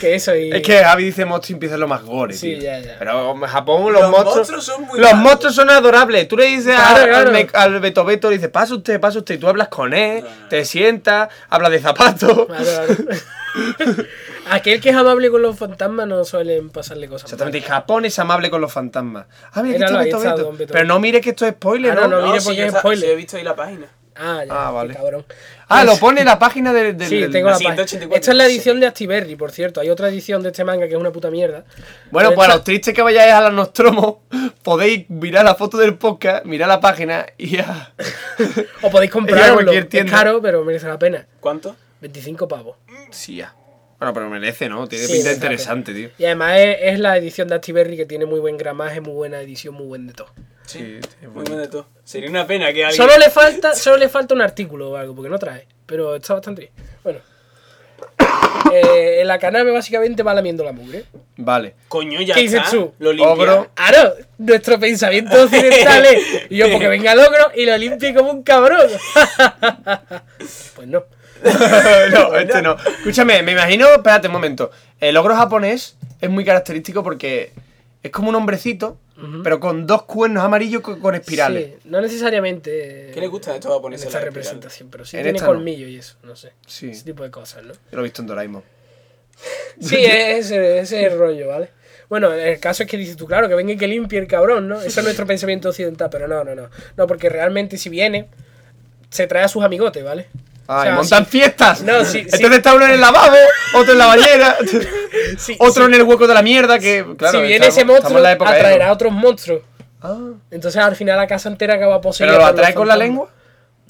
B: Que eso y...
A: Es que Javi dice monstruos y empieza lo más gore.
B: Sí,
A: tío.
B: ya, ya.
A: Pero en Japón los,
C: Los
A: monstruos.
C: monstruos son muy
A: Los
C: malos.
A: monstruos son adorables. Tú le dices a-
B: Claro, claro.
A: al, me- al Beto Beto, le dices, pasa usted, pasa usted. Y tú hablas con él,
C: No.
A: te sientas, hablas de zapatos.
B: Claro, claro. (laughs) Aquel que es amable con los fantasmas no suelen pasarle cosas.
A: (laughs)
B: malas.
A: Exactamente. Y Japón es amable con los fantasmas. Ah, mira,
B: Míralo,
A: aquí
B: ahí
A: está
B: está
A: Beto
B: Don
A: Beto.
B: Beto
A: Pero
B: Beto.
A: no mires que esto es spoiler,
B: Claro,
A: ¿no?
B: no. mire porque
C: yo
B: es
C: sa-
B: spoiler.
C: sí, he visto ahí la página.
B: Ah, ya,
A: Ah,
B: qué
A: vale.
B: cabrón.
A: Ah, lo
B: Pues-
A: pone la página del. del-
B: Sí,
A: del-
B: tengo la
C: Sí,
B: página.
C: 184.
B: Esta es la edición de Activerry, por cierto. Hay otra edición de este manga que es una puta mierda.
A: Bueno,
B: Pero
A: pues a
B: esta-
A: los tristes que vayáis a la Nostromo, (laughs) podéis mirar la foto del podcast, mirar la página y
B: (laughs)
A: ya.
B: O podéis
A: Ella en
B: comprarlo.
A: cualquier
B: Es
A: tienda.
B: caro, pero merece la pena.
C: ¿Cuánto?
B: 25 pavos.
A: Sí, ya. Bueno, pero merece, ¿no? Tiene
B: Sí,
A: pinta
B: merece la
A: interesante, tío.
B: Y además es, es la edición de Activerry que tiene muy buen gramaje, muy buena edición, muy buen de todo.
A: Sí, es
C: Muy
A: bonito.
C: bueno de todo. Sería una pena que alguien.
B: Solo le falta, solo le falta un artículo o algo, porque no trae. Pero está bastante bien. Bueno. (coughs) Eh, la caname básicamente va lamiendo la mugre. (laughs)
A: Vale.
C: Coño, ya
B: ¿Qué
C: está.
B: dices tú?
C: Lo limpia.
A: Ogro.
B: Claro, nuestro pensamiento occidental es y yo porque venga el ogro y lo limpie como un cabrón. (laughs) pues no.
A: no, este no. Escúchame, me imagino, espérate un momento. El ogro japonés es muy característico porque es como un hombrecito, pero con dos cuernos amarillos co- con, espirales.
B: Sí, no necesariamente. eh,
C: ¿Qué le gusta a estos
B: en
C: japoneses?
B: esta
C: las
B: representación? Pero sí
A: En
B: tiene
A: esta no.
B: colmillo y eso, no sé.
A: Sí.
B: Ese tipo de
A: (laughs)
B: cosas, ¿no?
A: Yo lo he visto en Doraemon.
B: Sí, es ese, ese es el rollo, ¿vale? Bueno, el caso es que dices tú, claro, que venga y que limpie el cabrón, ¿no? Ese
A: (laughs)
B: es nuestro pensamiento occidental, pero no, no, no. No, porque realmente si viene, se trae a sus amigotes, ¿vale?
A: Ah,
B: O sea,
A: y montan
B: si-
A: fiestas.
B: No, sí, sí.
A: Entonces está uno en el lavabo, otro en la
B: (laughs)
A: bañera,
B: si-
A: otro
B: si-
A: en el hueco de la mierda. Que, claro,
B: si viene
A: estamos-
B: ese
A: estamos
B: monstruo,
A: en la época emo.
B: atraerá a otros monstruos.
A: Ah.
B: Entonces al final la casa entera acaba poseída.
A: ¿Pero lo
B: por los
A: atrae con la
B: fantasmas.
A: lengua?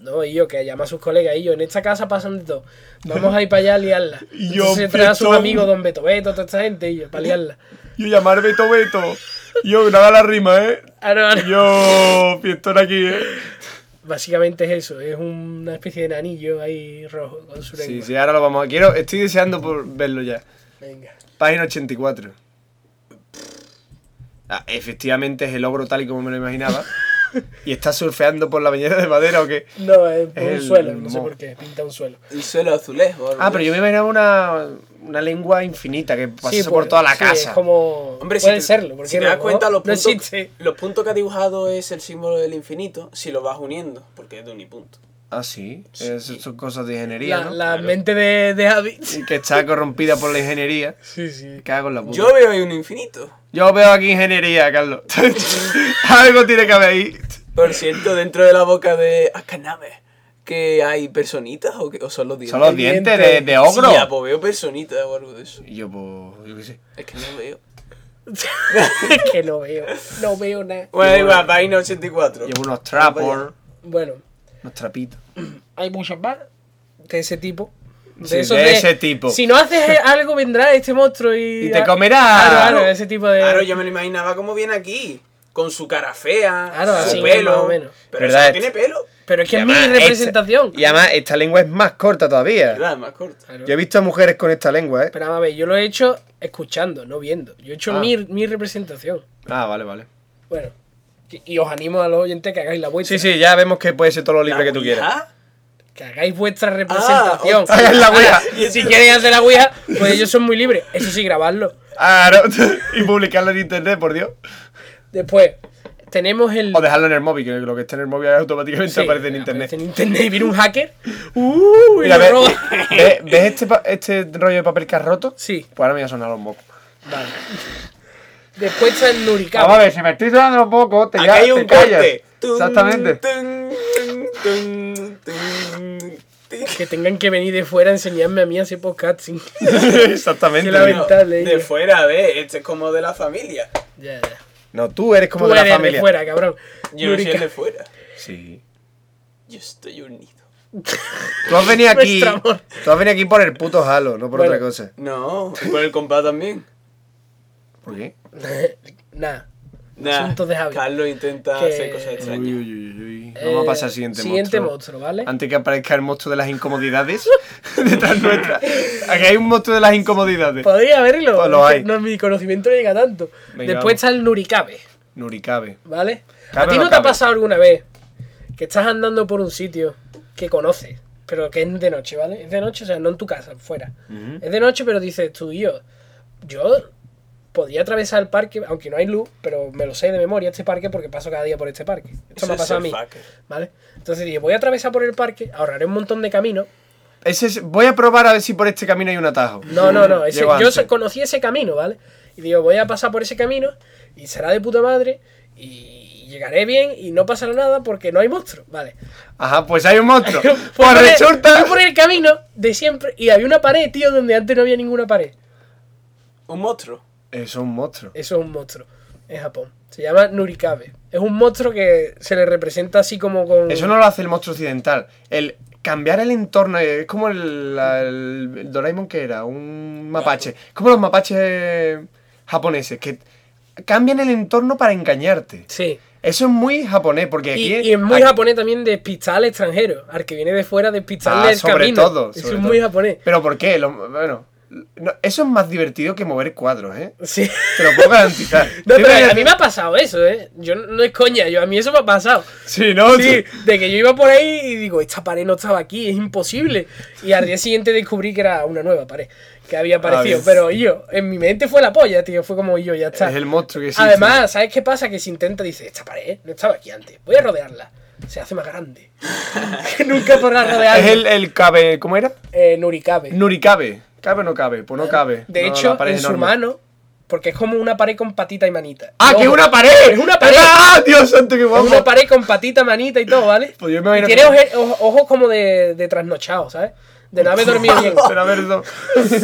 B: No, y yo, que llama a sus colegas, y yo, en esta casa pasan de todo. Vamos a ir para allá a liarla.
A: (laughs) Y
B: Y
A: yo,
B: yo, se trae a sus
A: Betón.
B: amigos, don Beto Beto, toda esta gente, y yo, para liarla.
A: (laughs) Yo llamar Beto Beto. Yo, nada la rima, ¿eh?
B: Ah, no, no.
A: Yo, fiestón aquí, ¿eh?
B: Básicamente es eso, es una especie de nanillo ahí rojo con su
A: Sí,
B: lengua.
A: sí, ahora lo vamos a... Quiero, estoy deseando por verlo ya.
B: Venga.
A: Página 84. Ah, efectivamente es el ogro tal y como me lo
B: (laughs)
A: imaginaba. y está surfeando por la bañera de madera o qué.
B: No, es por
A: El
B: un suelo, no sé
A: mo-
B: por qué, pinta un suelo.
C: El suelo azulejo. algo
A: Ah, pero yo me imaginaba una, una lengua infinita que pasase
B: Sí,
A: por
B: pues,
A: toda la
B: sí,
A: casa.
B: Es como.
C: Hombre,
B: Puede
C: si te,
B: serlo, porque
C: si te
B: no,
C: das cuenta, los
B: no
C: puntos,
B: existe.
C: los puntos que ha dibujado es el símbolo del infinito, si lo vas uniendo, porque es de unipunto.
A: Ah, sí. Es- son cosas de ingeniería,
B: La,
A: ¿no?
B: la mente de, de Javi.
A: Y que está corrompida por la ingeniería.
B: (laughs) Sí, sí.
A: Cago en la puta.
C: Yo veo ahí un infinito.
A: Yo veo aquí ingeniería, Carlos. (laughs) Algo tiene que haber ahí.
C: Por cierto, dentro de la boca de Akaname, que hay personitas o, que, o son los dientes.
A: Son los
B: dientes.
A: dientes de, de ogro.
B: pues.
C: Sí, ya, pues veo personitas o algo de eso.
A: y yo, pues, yo qué sé.
C: Es que no veo.
B: que no veo, no veo nada.
C: Bueno, igual, vaina 84.
A: Llevo unos trapos,
B: Bueno,
A: unos trapitos.
B: hay muchos más de ese tipo.
A: Sí, de ese tipo.
B: Si
A: (laughs)
B: no haces algo, vendrá este monstruo y.
A: Y te comerá.
B: Claro, claro, ese tipo de.
C: Claro, yo me lo imaginaba como viene aquí. Con su cara fea,
B: Claro,
C: su
B: Ah, así,
C: pelo.
B: más o menos.
C: Pero
A: ¿Verdad?
C: eso no tiene pelo.
B: Pero es que
A: Y
B: es mi
A: además,
B: representación.
A: esta- y además, esta lengua es más corta todavía.
C: ¿Verdad? Más corto.
B: Claro.
A: Yo he visto a mujeres con esta lengua, ¿eh?
B: Pero vamos a ver, yo lo he hecho escuchando, no viendo. Yo he hecho
A: Ah.
B: mi, mi representación.
A: Ah, vale, vale.
B: Bueno, y- y os animo a los oyentes que hagáis la vuestra.
A: Sí, sí, ya vemos que puede ser todo lo libre que tú quieras.
C: Ouija?
B: Que hagáis vuestra representación.
A: Ah, es la Ouija.
B: si queréis hacer la Ouija, pues ellos son muy libres. Eso sí, grabarlo.
A: Ah, no. (laughs) y publicarlo en internet, por Dios.
B: Después, tenemos el.
A: O dejarlo en el móvil, que lo que esté en el móvil automáticamente
B: Sí,
A: aparece en internet.
B: aparece en internet y viene un hacker. ¡Uh! Y
A: Mira,
B: lo
A: ¿ves,
B: roba.
A: (laughs) ves- ves este, pa- este rollo de papel que has roto?
B: Sí.
A: Pues ahora me voy a sonar un poco.
B: Vale. Después está el Nurikawa.
A: Vamos a ver, si me estoy sonando un poco, te,
C: Aquí
A: ya-
C: hay
A: te
C: un
A: callas.
C: corte. Tun,
A: Exactamente.
C: tun, tun, tun, tun, tun.
B: Que tengan que venir de fuera a enseñarme a mí ah, a hacer podcasting.
A: (laughs) Exactamente.
B: Que la
A: No,
B: ven- Lamentable,
C: de
B: yo.
C: fuera, ve, este es como de la familia.
B: ya, ya.
A: tú eres como
B: Tú
A: de la
B: eres
A: familia.
B: de fuera, cabrón.
C: Yo no soy el
B: Nurikawa.
C: de fuera.
A: Sí.
C: Yo estoy unido.
A: Tú has venido aquí.
B: Nuestro amor.
A: Tú has venido aquí por el puto halo, no por
B: Bueno.
A: otra cosa.
C: No, y por el compás también.
A: ¿Por qué?
B: Nada.
C: Nah,
B: Asuntos de Javi.
C: Carlos intenta
B: Que-
C: hacer cosas extrañas.
A: Uy, uy, uy, uy. Vamos a pasar al siguiente,
B: Eh, siguiente monstruo, ¿eh?
A: monstruo.
B: ¿vale?
A: Antes que aparezca el monstruo de las incomodidades (laughs) detrás nuestra. Aquí hay un monstruo de las incomodidades.
B: Podría haberlo.
A: Pues lo hay.
B: No, mi conocimiento no llega tanto.
A: Venga,
B: Después
A: vamos.
B: está el Nurikabe,
A: Nurikabe.
B: ¿vale? ¿A
A: Cabe
B: ti
A: o no
B: no, te ha
A: cabe?
B: pasado alguna vez que estás andando por un sitio que conoces, pero que es de noche, ¿vale? Es de noche, o sea, no en tu casa, fuera. Es de noche, pero dices tú y yo, yo podría atravesar el parque, aunque no hay luz, pero me lo sé de memoria este parque porque paso cada día por este parque. Esto
C: Eso
B: me ha
C: es
B: pasado a
C: ser
B: mí,
C: fucker.
B: ¿vale? Entonces dije, voy a atravesar por el parque, ahorraré un montón de camino.
A: Ese es- voy a probar a ver si por este camino hay un atajo.
B: No, no, no. ese-
A: Llego
B: yo
A: antes.
B: so- conocí ese camino, ¿vale? Y digo, voy a pasar por ese camino y será de puta madre y llegaré bien y no pasará nada porque no hay monstruos, ¿vale?
A: Ajá, pues hay un
B: (laughs)
A: monstruo. pues
B: Fui por el-
A: resulta.
B: (laughs) fui por el camino de siempre y había una pared, tío, donde antes no había ninguna pared.
C: Un monstruo.
A: Es un monstruo.
B: Eso es un monstruo en Japón. Se llama Nurikabe. Es un monstruo que se le representa así como con...
A: Eso no lo hace el monstruo occidental. El cambiar el entorno eh, es como el, la- el- el Doraemon que era, un mapache. Es como los mapaches japoneses que cambian el entorno para engañarte.
B: Sí.
A: Eso es muy japonés porque aquí
B: Y, y es muy
A: aquí-
B: japonés también despistar al extranjero, al que viene de fuera despistarle
A: Ah,
B: el
A: sobre
B: camino.
A: todo,
B: Eso
A: sobre
B: es muy
A: todo.
B: japonés.
A: Pero ¿por qué? Lo- bueno, no, eso es más divertido que mover cuadros, ¿eh?
B: Sí. (laughs)
A: Te lo puedo garantizar. Te
B: No,
A: voy
B: pero
A: a
B: a mí
A: decir-
B: me ha pasado eso, ¿eh? Yo no es coña, yo a mí eso me ha pasado.
A: Sí, ¿no?
B: Sí, de que yo iba por ahí y digo, esta pared no estaba aquí, es imposible. Y al día siguiente descubrí que era una nueva pared que había aparecido.
A: Ah, bien.
B: pero yo, en mi mente fue la polla, tío. Fue como yo, ya está.
A: Es el monstruo que existe.
B: Además, ¿sabes qué pasa? Que si intenta, dice, esta pared ¿eh? no estaba aquí antes. Voy a rodearla. Se hace más grande. Que Nunca podrá rodearla.
A: Es el, el cabe... ¿Cómo era?
B: Eh, Nurikabe.
A: Nuricabe. ¿Cabe o no cabe? Pues no cabe.
B: Eh, De
A: No,
B: hecho,
A: la pared
B: en
A: es
B: su
A: enorme.
B: mano, porque es como una pared con patita y manita.
A: ¡Ah, que es
B: Ojo.
A: una pared!
B: Es una pared.
A: ¡Ah, Dios santo, qué
B: Es
A: guapo!
B: una pared con patita, manita y todo, ¿vale?
A: (laughs) Pues yo me imagino
B: Y tiene
A: que-
B: oje- ojo- ojos como de, de trasnochado, ¿sabes? De no haber dormido bien.
A: (laughs) Pero a ver, no.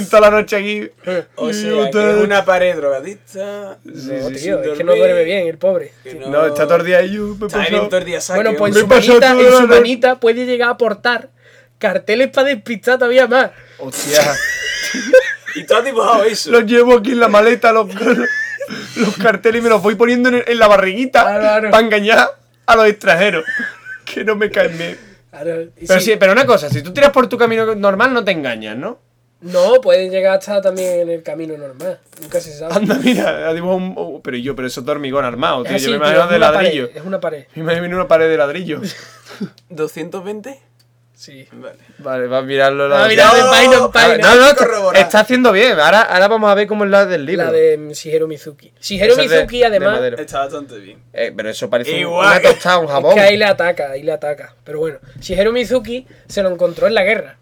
A: toda la noche aquí.
C: O
A: Y
C: sea, que
A: usted-
C: es una pared drogadicta.
B: No,
C: sin
B: tío, es que
C: dormir,
B: no duerme bien el pobre.
C: que
A: No, está todo el día ahí. yo, me he
C: Está bien
A: pasado.
C: todo el día saque,
B: Bueno, pues
A: me
B: en
C: hombre.
B: su,
A: pasó
B: manita,
A: toda
B: en
A: la
B: su
A: noche.
B: manita puede llegar a aportar carteles para despistar todavía más.
A: Hostia.
C: Y tú has dibujado eso.
A: los llevo aquí en la maleta, los, (laughs) los carteles, y me los voy poniendo en, en la barriguita
B: Claro, claro.
A: para engañar a los extranjeros. (laughs) Que no me caen bien.
B: Claro, y
A: Pero,
B: sí,
A: sí, pero una cosa, si tú tiras por tu camino normal, no te engañas, ¿no?
B: No, puede llegar hasta también en el camino normal. Nunca se sabe.
A: Anda, mira, ha dibujado un. oh, pero yo, pero eso es de hormigón armado,
B: Es
A: tío.
B: así,
A: yo me
B: tío,
A: imagino
B: es
A: de
B: Ah, una
A: ladrillo.
B: pared, es una pared.
A: Me imagino una pared de ladrillo.
C: 220.
B: Sí.
C: Vale.
A: Vale, va a mirarlo.
B: Ah,
A: la-
B: mira,
C: No,
B: de página en
A: A ver,
B: página.
A: No, no,
C: corroborar.
A: está haciendo bien. Ahora, ahora vamos a ver cómo es la del libro.
B: La de Shigeru Mizuki. Shigeru
A: Esa es de-
B: Mizuki,
A: de
B: además,
A: madera.
C: Está bastante bien.
A: Eh, pero eso parece un-
C: Igual.
A: una tostada, un jabón.
B: Es que ahí le ataca, ahí le ataca. Pero bueno, Shigeru Mizuki se lo encontró en la guerra.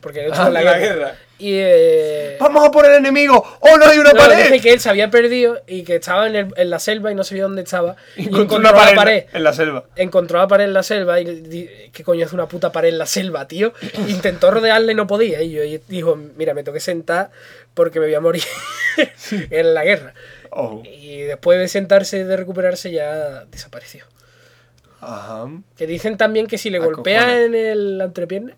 B: Porque lo
A: Ah,
B: en la,
A: en la Ah,
B: guerra. Y eh,
A: ¡Vamos a por el enemigo! ¡Oh, no hay una
B: no,
A: pared!
B: dice que él se había perdido y que estaba en, el- en la selva y no sabía dónde estaba. Y
A: Encontró
B: encontró
A: una pared,
B: la pared.
A: en la selva.
B: Encontró la pared en la selva y di- ¿qué coño es una puta pared en la selva, tío? Intentó rodearla y no podía. Y yo y dijo, mira, me tengo que sentar porque me voy a morir (laughs) en la guerra.
A: Ojo.
B: Y después de sentarse y de recuperarse ya desapareció.
A: Ajá.
B: Que dicen también que si le
A: Acojona.
B: golpea en el, la entrepierna,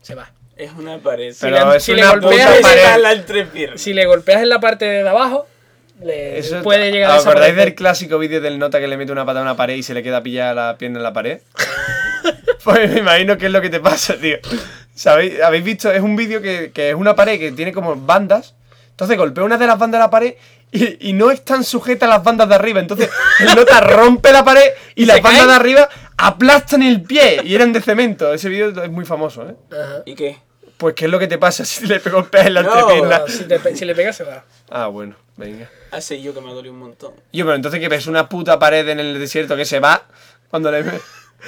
B: se va.
C: Es una pared.
A: Pero
B: le-
A: es
B: si le
A: una
B: golpea,
A: puta
B: le
A: pared.
C: la entrepierna.
B: Si le golpeas en la parte de abajo, le
A: Eso-
B: puede llegar a
A: ¿Acordáis
B: desaparecer.
A: del clásico vídeo del nota que le mete una patada a una pared y se le queda pillada la pierna en la pared? (laughs) pues me imagino que es lo que te pasa, tío. ¿Sabéis? ¿Habéis visto? Es un vídeo que, que es una pared que tiene como bandas. Entonces golpea una de las bandas de la pared y, y no están sujetas las bandas de arriba. Entonces el
B: (laughs)
A: nota rompe la pared y, las
B: se
A: bandas
B: caen.
A: de arriba aplastan el pie y eran de cemento. Ese vídeo es muy famoso, ¿eh?
B: Ajá.
C: ¿Y qué?
A: Pues ¿qué es lo que te pasa si le golpeas en la
C: No.
A: entrepierna?
B: No, si, te pe- si le pegas se va.
A: Ah, bueno, venga.
C: Hace yo que me dolió un montón.
A: Yo, pero entonces que ves una puta pared en el desierto que se va cuando le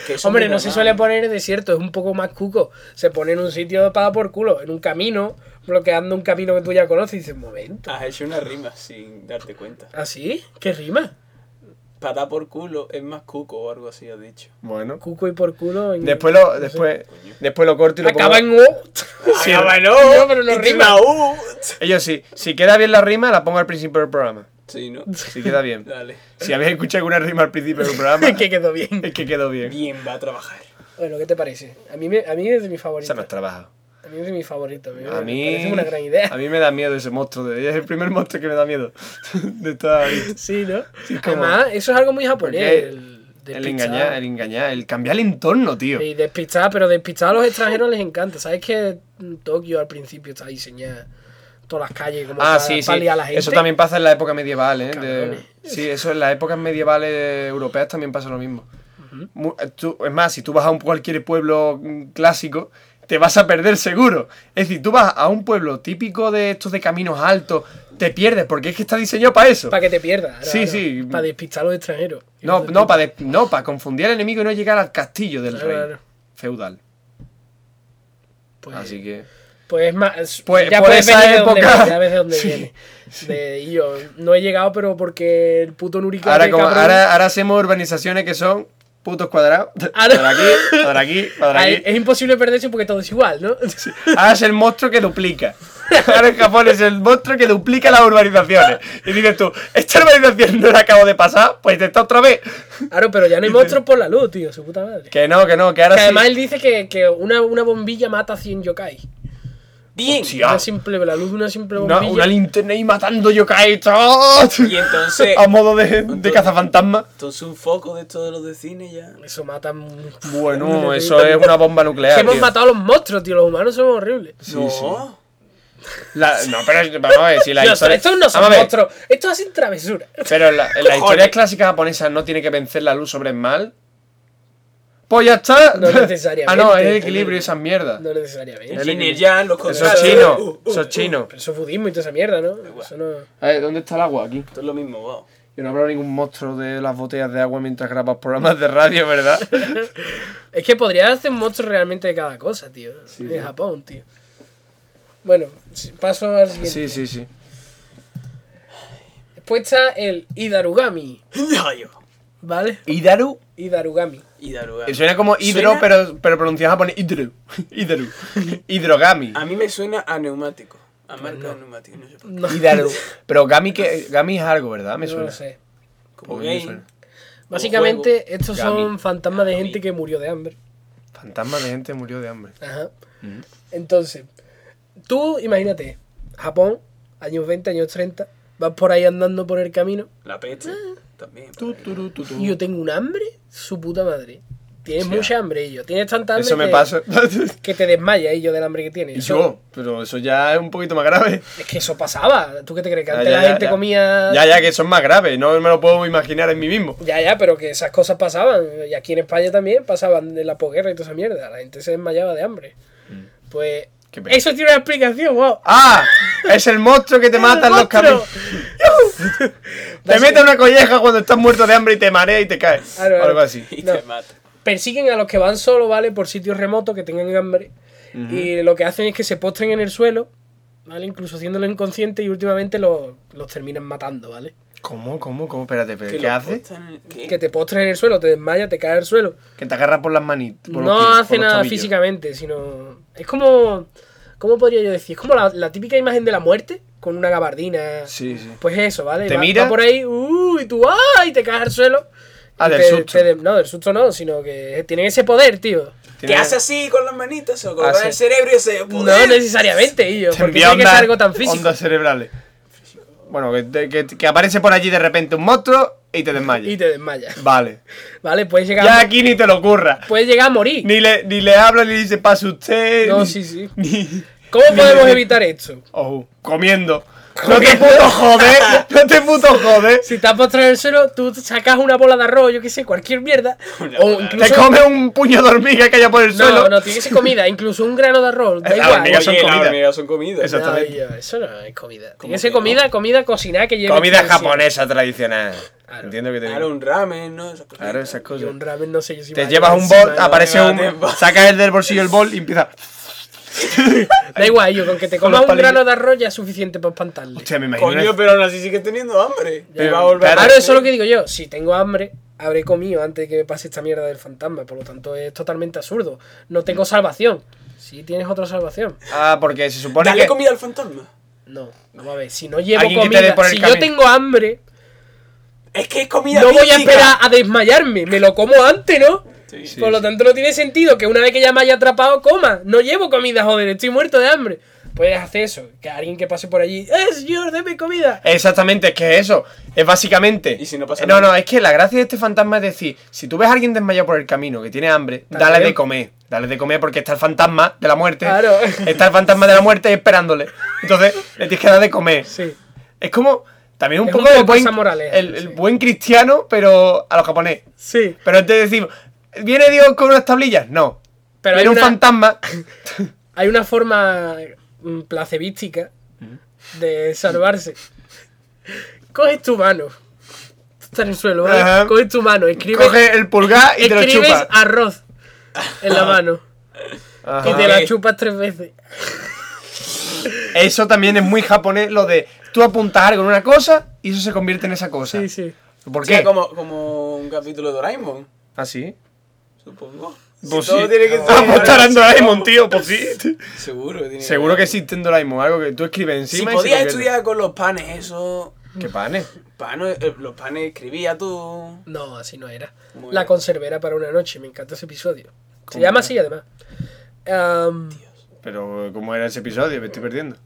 C: Que eso
B: Hombre,
C: es
B: no
C: muy
B: se
C: normal.
B: suele poner en desierto, es un poco más cuco. Se pone en un sitio para por culo, en un camino, bloqueando un camino que tú ya conoces y dices, momento. (laughs)
C: Has hecho una rima sin darte cuenta.
B: ¿Así? ¿Qué rima?
C: Para por culo es más cuco o algo así, has dicho.
A: Bueno.
B: Cuco y por culo. en-
A: Después lo, después, después lo corto y lo pongo.
B: Acaba en O. (laughs)
A: Sí,
C: Acaba en
B: no, pero no
C: y
B: rima.
C: termina U.
A: Ellos sí. Si queda bien la rima, la pongo al principio del programa.
C: Sí,
B: (laughs)
C: ¿no?
A: Si queda bien.
C: Dale.
A: Si habéis escuchado alguna rima al principio del
B: (laughs)
A: programa,
B: que quedó bien.
A: es que quedó bien.
C: Bien va a trabajar.
B: Bueno, ¿qué te parece? A mí, me- a mí es de mi
A: Esa
B: favorito.
A: no es trabajo.
B: A mí es de mi favorito. me-
A: A
B: me
A: mí,
B: Parece una gran idea.
A: a mí me da miedo ese monstruo. de- Es el primer monstruo que me da miedo. (laughs) De toda la vida.
B: Sí, ¿no?
A: es como-
B: Además, eso es algo muy japonés.
A: Porque
B: El,
A: El
B: despistar.
A: engañar, el engañar, el cambiar el entorno, tío.
B: Y despistar, pero despistar a los extranjeros les encanta. ¿Sabes que Tokio al principio está diseñada todas las calles como
A: Ah,
B: para,
A: sí, sí.
B: para liar a la gente?
A: Eso también pasa en la época medieval, ¿eh?
B: Cabrones.
A: De- sí, eso en las épocas medievales europeas también pasa lo mismo. Mu- eh, tú- es más, si tú vas a un cualquier pueblo mm, clásico, te vas a perder seguro. Es decir, tú vas a un pueblo típico de estos de caminos altos, te pierdes, porque es que está diseñado para eso.
B: Para que te pierdas. ahora,
A: Sí,
B: ahora,
A: sí.
B: Para despistar a los extranjeros.
A: no, no, para de- no, para confundir al enemigo y no llegar al castillo del
B: Claro,
A: rey
B: claro.
A: feudal.
B: Pues,
A: Así que...
B: pues es más.
A: Pues-
B: ya
A: por
B: puedes
A: esa
B: ver de dónde
A: época-
B: viene, ya ves de dónde
A: Sí,
B: viene. De- y yo no he llegado, pero porque el puto Nurika.
A: Ahora, como- ahora, ahora hacemos urbanizaciones que son putos cuadrados.
B: Ahora-
A: Para aquí, para aquí,
B: (laughs)
A: para aquí.
B: es imposible perderse porque todo es igual, ¿no?
A: Ahora es el monstruo que duplica. Ahora en Japón es el monstruo que duplica las urbanizaciones. Y dices tú, esta urbanización no la acabo de pasar, pues te está otra vez.
B: Claro, pero ya no hay monstruos por la luz, tío, su puta madre.
A: Que no, que no, que ahora
B: Que
A: sí.
B: además él dice que, que una, una bombilla mata 100 yokai.
C: Bien.
A: Hostia. Ya.
B: Una simple, la luz de una simple
A: ah, Una,
B: bombilla.
A: una linterna y matando yo caí.
C: Y entonces-
A: ah, A modo de, de cazafantasma.
C: Entonces un foco de todos los de cine ya.
B: Eso mata. un- (laughs)
A: Bueno, eso es una bomba nuclear.
B: Que hemos
A: tío.
B: matado a los monstruos, tío. Los humanos somos horribles.
C: no.
A: La- no, pero vamos a ver si la
B: No,
A: historia.
B: estos no son
A: Vamos a ver,
B: monstruos. Estos hacen travesura. (laughs)
A: Pero en la, en las
C: Cojones.
A: historias clásicas japonesas no tiene que vencer la luz sobre el mal. Pues ya está.
B: No
A: (laughs)
B: necesariamente. eh.
A: Ah, no, es el equilio y esas mierdas.
B: No necesariamente.
C: El
A: El
C: cine
A: equilibrio.
C: ya, los
A: Eso es
C: contratos.
A: chino,
C: Uh, uh,
A: eso
C: uh.
A: es chino.
B: Pero eso es budismo y toda esa mierda, ¿no? Eso no.
A: A ver, ¿dónde está el agua aquí?
C: Esto es lo mismo,
B: (laughs)
C: wow.
A: Yo no habrá ningún monstruo de las botellas de agua mientras grabas programas de radio, ¿verdad?
C: (laughs)
B: Es que podría hacer monstruos realmente de cada cosa, tío. de Japón, tío. Bueno, si- paso al
A: sí,
B: siguiente.
A: sí, sí.
B: Después está el Idarugami, ¿vale?
A: Hidaru.
B: Idarugami.
C: Y Daruga.
A: Eh, Suena como hidro,
C: Suena-
A: pero, pero pronunciado en japonés. (laughs) Hidru. Hidru.
C: (laughs)
A: Hidrogami.
C: A mí me suena a neumático. A marca de neumático, no sé por qué.
B: No,
A: Hidaru. Pero gami, que, gami es algo, ¿verdad? Me
B: (laughs) no
A: suena.
B: lo sé.
C: Como
A: Pues me
C: gay.
A: suena.
B: Básicamente, estos
A: Gami.
B: son fantasmas de gente que murió de hambre.
A: Fantasma de gente murió de hambre.
B: Ajá. Entonces, tú imagínate, Japón, años 20, años 30, vas por ahí andando por el camino
C: La peste. También.
A: Tu, tu, tu, tu, tu.
B: y yo tengo un hambre, su puta madre. Tienes
A: Sí,
B: mucha hambre, y yo. Tienes tanta hambre
A: Eso me
B: que,
A: pasa. (laughs)
B: que te desmayas, y yo, del hambre que tienes.
A: Y
B: Eso-
A: yo, pero eso ya es un poquito más grave.
B: Es que eso pasaba. ¿Tú qué te crees? Que
A: Ya,
B: antes
A: ya,
B: la
A: ya,
B: gente
A: ya.
C: Ah.
B: comía...
A: Ya, ya, que son más graves. No me lo puedo imaginar en mí mismo.
B: Ya, ya, pero que esas cosas pasaban. Y aquí en España también pasaban de la posguerra y toda esa mierda. La gente se desmayaba de hambre. Pues.
A: Mm. Qué pena.
B: Eso tiene una explicación, wow.
A: ¡Ah! Es el monstruo que te mata en los caminos. (laughs) Te mete una colleja cuando estás muerto de hambre y te marea y te caes.
B: Claro, claro.
A: Algo así.
C: (laughs) Y
B: No.
C: te mata.
B: Persiguen a los que van solo, ¿vale? Por sitios remotos que tengan hambre. Y lo que hacen es que se postren en el suelo, ¿vale? Incluso haciéndolo inconsciente y últimamente los, los terminan matando, ¿vale?
A: ¿Cómo, cómo, cómo? Espérate, pero ¿qué,
C: lo
A: hace?
C: postan en- ¿Qué?
B: Que te postres en el suelo, te desmayas, te caes al suelo.
A: Que te agarra por las manitas. por los
B: no
A: pies, por
B: hace
A: los
B: nada
A: tobillos.
B: físicamente, sino. Es como. ¿Cómo podría yo decir? Es como la, la típica imagen de la muerte con una gabardina.
A: Sí, sí.
B: Pues eso, ¿vale?
A: Te
B: Va-
A: mira.
B: va por ahí, uh, y tú, ¡ah! Y te caes al suelo.
A: Ah,
B: Y
A: del
B: te-
A: susto.
B: te de- no, del susto no, sino que tienen ese poder, tío.
C: Que
A: Tiene- Ah,
C: hace así con las manitas o con
A: Hace-
C: el cerebro y ese
B: No necesariamente, y yo.
A: Te
B: Porque
A: envía
B: tiene que
A: onda-
B: ser algo tan físico.
A: Ondas cerebrales. Bueno, que, te- que- que aparece por allí de repente un monstruo y te desmayas.
B: Y te desmayas.
A: Vale.
B: Vale, puedes llegar,
A: Ya
B: a,
A: aquí ni te lo ocurra.
B: puedes llegar a morir.
A: Ni le, ni le habla ni le dice pase usted.
B: No,
A: ni-
B: sí, sí.
A: (laughs) ni-
B: ¿Cómo
A: ni-
B: podemos evitar esto?
A: Oh, comiendo. No te puto joder. No te puto joder.
B: Si estás postrado en el suelo, tú sacas una bola de arroz, yo qué sé, cualquier mierda.
C: Una
B: O
C: bola de
A: Te
B: incluso.
A: come un puño de hormiga que haya por el
B: no,
A: suelo.
B: no, tiene que ser comida, incluso un grano de
A: (laughs)
B: arroz. Da
A: La
B: igual.
A: hormiga son comida.
C: son comida.
A: Exacto.
B: No,
A: Exactamente.
B: yo, eso no es comida. Tiene
C: ¿Cómo
B: que ser
C: que
B: comida, comida cocinada que lleve.
A: Comida
B: extensión.
A: japonesa tradicional.
B: Claro.
A: Entiendo que te
C: Claro,
A: digo.
C: un ramen, ¿no? Esas cosas.
A: Claro, esas
B: Y
A: cosas.
B: un ramen, no sé yo si
A: Te
B: va a
A: llevas
B: llevar
A: un
B: encima,
A: bol,
B: ¿no?
A: aparece
C: lleva
A: un.
C: tiempo.
A: Sacas el del bolsillo el bol y empieza.
B: Da igual, yo, con que te
A: Con
B: comas
A: los
B: un grano
A: palillos.
B: de arroz ya es suficiente para espantarle.
A: Hostia, me imagino.
C: Coño, pero aún así sigue teniendo hambre. Y
A: Pero-
C: va a volver
A: claro.
C: a
B: Claro, eso es lo que digo yo. Si tengo hambre, habré comido antes de que me pase esta mierda del fantasma. Por lo tanto, es totalmente absurdo. No
A: Mm.
B: tengo salvación. Si tienes otra salvación.
A: Ah, porque se supone
C: Dale
A: que.
C: comida al fantasma.
B: No, vamos a ver. Si no llevo
A: Alguien que te dé
B: comida,
A: por el
B: si yo
A: camino.
B: tengo hambre,
C: Es que es comida
B: no voy a
C: mítica.
B: esperar a desmayarme. Me lo como antes, ¿no?
C: Sí.
A: Sí.
B: Por lo tanto, no tiene sentido que una vez que ya me haya atrapado, coma. No llevo comida, joder, estoy muerto de hambre. Puedes hacer eso, que alguien que pase por allí, ¡eh, señor, deme comida!
A: Exactamente, es que es eso. Es básicamente.
C: ¿Y si no pasa
A: Eh, no,
C: nada?
A: no, es que la gracia de este fantasma es decir: si tú ves a alguien desmayado por el camino que tiene hambre, dale de
B: bien.
A: comer. Dale de comer porque está el fantasma de la muerte.
B: Claro.
A: Está el fantasma de la muerte esperándole. Entonces, le tienes que dar de comer.
B: Sí.
A: Es como. También un
B: Es
A: poco
B: un
A: el
B: poco
A: buen,
B: esa moraleja,
A: el, el
B: sí.
A: buen cristiano, pero a los japonés.
B: Sí.
A: Pero antes de decir, ¿viene Dios con unas tablillas? No.
B: Pero
A: Pero
B: hay
A: Viene un
B: una- (laughs)
A: fantasma.
B: Hay una forma mm, placebística
A: Mm.
B: de salvarse. Coges tu mano. Tú estás en el suelo, ¿vale?
A: Ajá.
B: Coges tu mano, escribes,
A: Coge el pulgar y te lo
B: escribes
A: chupa.
B: arroz en la mano.
A: Ajá.
B: Y te la
C: Ok.
B: chupas tres veces.
A: Eso también es muy japonés, lo de tú apuntas algo en una cosa y eso se convierte en esa cosa.
B: Sí, sí.
A: ¿Por
C: O sea,
A: qué?
C: como, como un capítulo de Doraemon,
A: ¿Así?
C: supongo.
A: Pues
C: Si todo
A: sí.
C: tiene que ser-
A: Apostar a Doraemon, tío, pues sí.
C: Seguro. tiene que
A: Seguro
C: ser.
A: que existe en Doraemon, algo que tú escribes
C: Si
A: encima y se
C: podías
A: convierte.
C: estudiar con los panes, eso.
A: ¿Qué panes?
C: Panos, eh, los panes escribía tú.
B: No, así no era.
C: Muy
B: La
C: bien.
B: conservera para una noche. Me encanta ese episodio. Se llama así, además. Am,
A: Pero, ¿cómo era ese episodio? Me estoy perdiendo.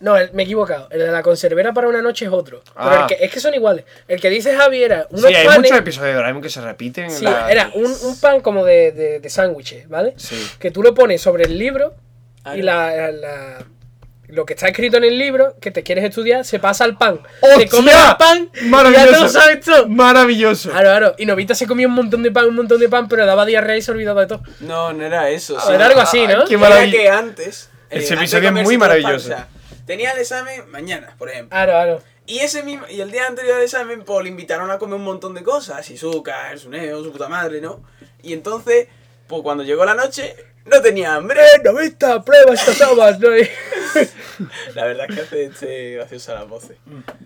B: no, el- me he equivocado. El de la conservera para una noche es otro. Pero
A: Ah.
B: el que, es que son iguales. El que dice Javi era unos
A: Sí, hay
B: panes-
A: muchos episodios de Doraemon que se repiten. en
B: Sí,
A: la-
B: era un, un pan como de, de, de sándwiches, ¿vale?
A: Sí.
B: Que tú lo pones sobre el libro
C: Ah,
B: y la, la- lo que está escrito en el libro que te quieres estudiar se pasa al pan. Te
A: ¡Hostia!
B: comes el pan y ya
A: ¡Maravilloso!
B: te lo sabes todo.
A: Maravilloso.
B: Claro, claro. Y Novita se comía un montón de pan, un montón de pan, pero daba diarrea y se olvidaba de todo.
C: No, no era eso.
B: Ah, Era algo así, ¿no?
A: qué
C: Era
A: maravilloso.
C: que antes. eh,
A: Ese
C: antes
A: episodio
C: de
A: es muy
C: comerse todo el pan,
A: maravilloso.
C: o sea, tenía el examen mañana, por ejemplo.
B: Claro, claro.
C: Y ese mismo, y el día anterior al examen, pues le invitaron a comer un montón de cosas, Shizuka, el suneo, su puta madre, ¿no? Y entonces, pues cuando llegó la noche, no tenía hambre. (laughs)
B: ¡Eh, Novita, prueba estas habas! ¿no? Y,
C: La verdad es que hace este graciosa las voces.